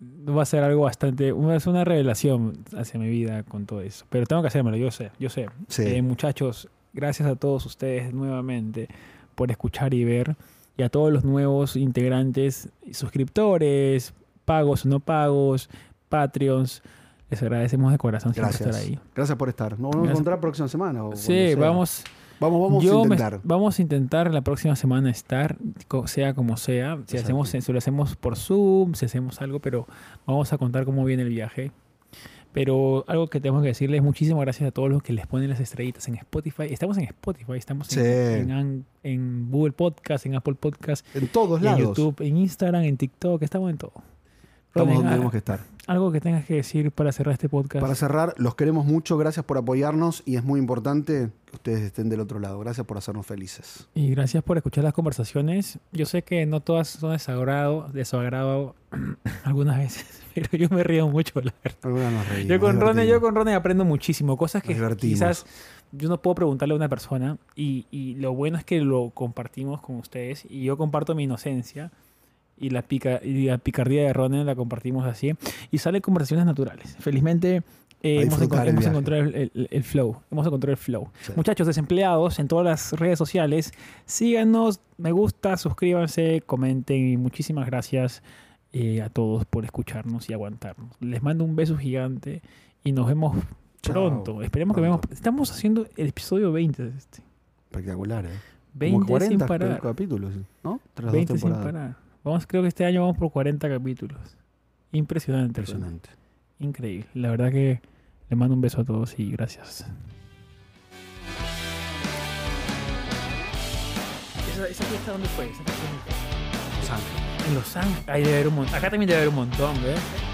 S1: no va a ser algo bastante, va a ser una revelación hacia mi vida con todo eso. Pero tengo que hacérmelo, yo sé, yo sé.
S2: Sí.
S1: Eh, muchachos, gracias a todos ustedes nuevamente por escuchar y ver. Y a todos los nuevos integrantes, y suscriptores, pagos o no pagos, Patreons. Les agradecemos de corazón siempre
S2: Gracias.
S1: estar ahí.
S2: Gracias por estar. Nos vamos a
S1: Gracias.
S2: encontrar próxima semana. o cuando
S1: Sí,
S2: sea.
S1: vamos,
S2: Vamos, vamos a
S1: yo me-
S2: intentar.
S1: vamos a intentar la próxima semana estar, co- sea como sea. Si,
S2: Exacto.
S1: hacemos, si lo hacemos por Zoom, si hacemos algo, pero vamos a contar cómo viene el viaje. Pero algo que tenemos que decirles, muchísimas gracias a todos los que les ponen las estrellitas en Spotify. Estamos en Spotify, estamos en,
S2: Sí.
S1: en An- en Google Podcast, en Apple Podcast,
S2: En todos
S1: en
S2: lados.
S1: YouTube, en Instagram, en TikTok, estamos en todo.
S2: Estamos
S1: Ronen,
S2: donde
S1: ah,
S2: tenemos que estar.
S1: Algo que tengas que decir para cerrar este podcast.
S2: Para cerrar, los queremos mucho. Gracias por apoyarnos y es muy importante que ustedes estén del otro lado. Gracias por hacernos felices.
S1: Y gracias por escuchar las conversaciones. Yo sé que no todas son desagrado, desagrado algunas veces, pero yo me río mucho, la verdad.
S2: Algunas nos reímos,
S1: Yo con
S2: nos
S1: Ronnie, yo
S2: divertimos.
S1: con Ronnie aprendo muchísimo, cosas que
S2: Nos divertimos.
S1: quizás yo no puedo preguntarle a una persona y, y lo bueno es que lo compartimos con ustedes y yo comparto mi inocencia y la, pica, y la picardía de Ronnie la compartimos así y salen conversaciones naturales. Felizmente eh,
S2: A
S1: hemos,
S2: disfrutar
S1: encon-
S2: el
S1: hemos
S2: viaje.
S1: encontrado el, el- el flow, hemos encontrado el flow.
S2: Sí.
S1: Muchachos desempleados en todas las redes sociales, síganos, me gusta, suscríbanse, comenten y muchísimas gracias eh, a todos por escucharnos y aguantarnos. Les mando un beso gigante y nos vemos
S2: Chao.
S1: pronto. Esperemos
S2: Pronto.
S1: que veamos. Estamos haciendo el episodio 20 de este.
S2: Espectacular, ¿eh?
S1: 20
S2: Como 40
S1: sin parar.
S2: capítulos, ¿no? Tras dos
S1: 20 sin
S2: temporadas.
S1: parar. Vamos, creo que este año vamos por 40 capítulos. Impresionante. Ronald.
S2: Impresionante.
S1: Increíble. La verdad que le mando un beso a todos y gracias. ¿Esa, fiesta dónde fue?
S2: Los Ángeles.
S1: En Los Ángeles. Ahí debe haber un montón. Acá también debe haber un montón, ¿eh?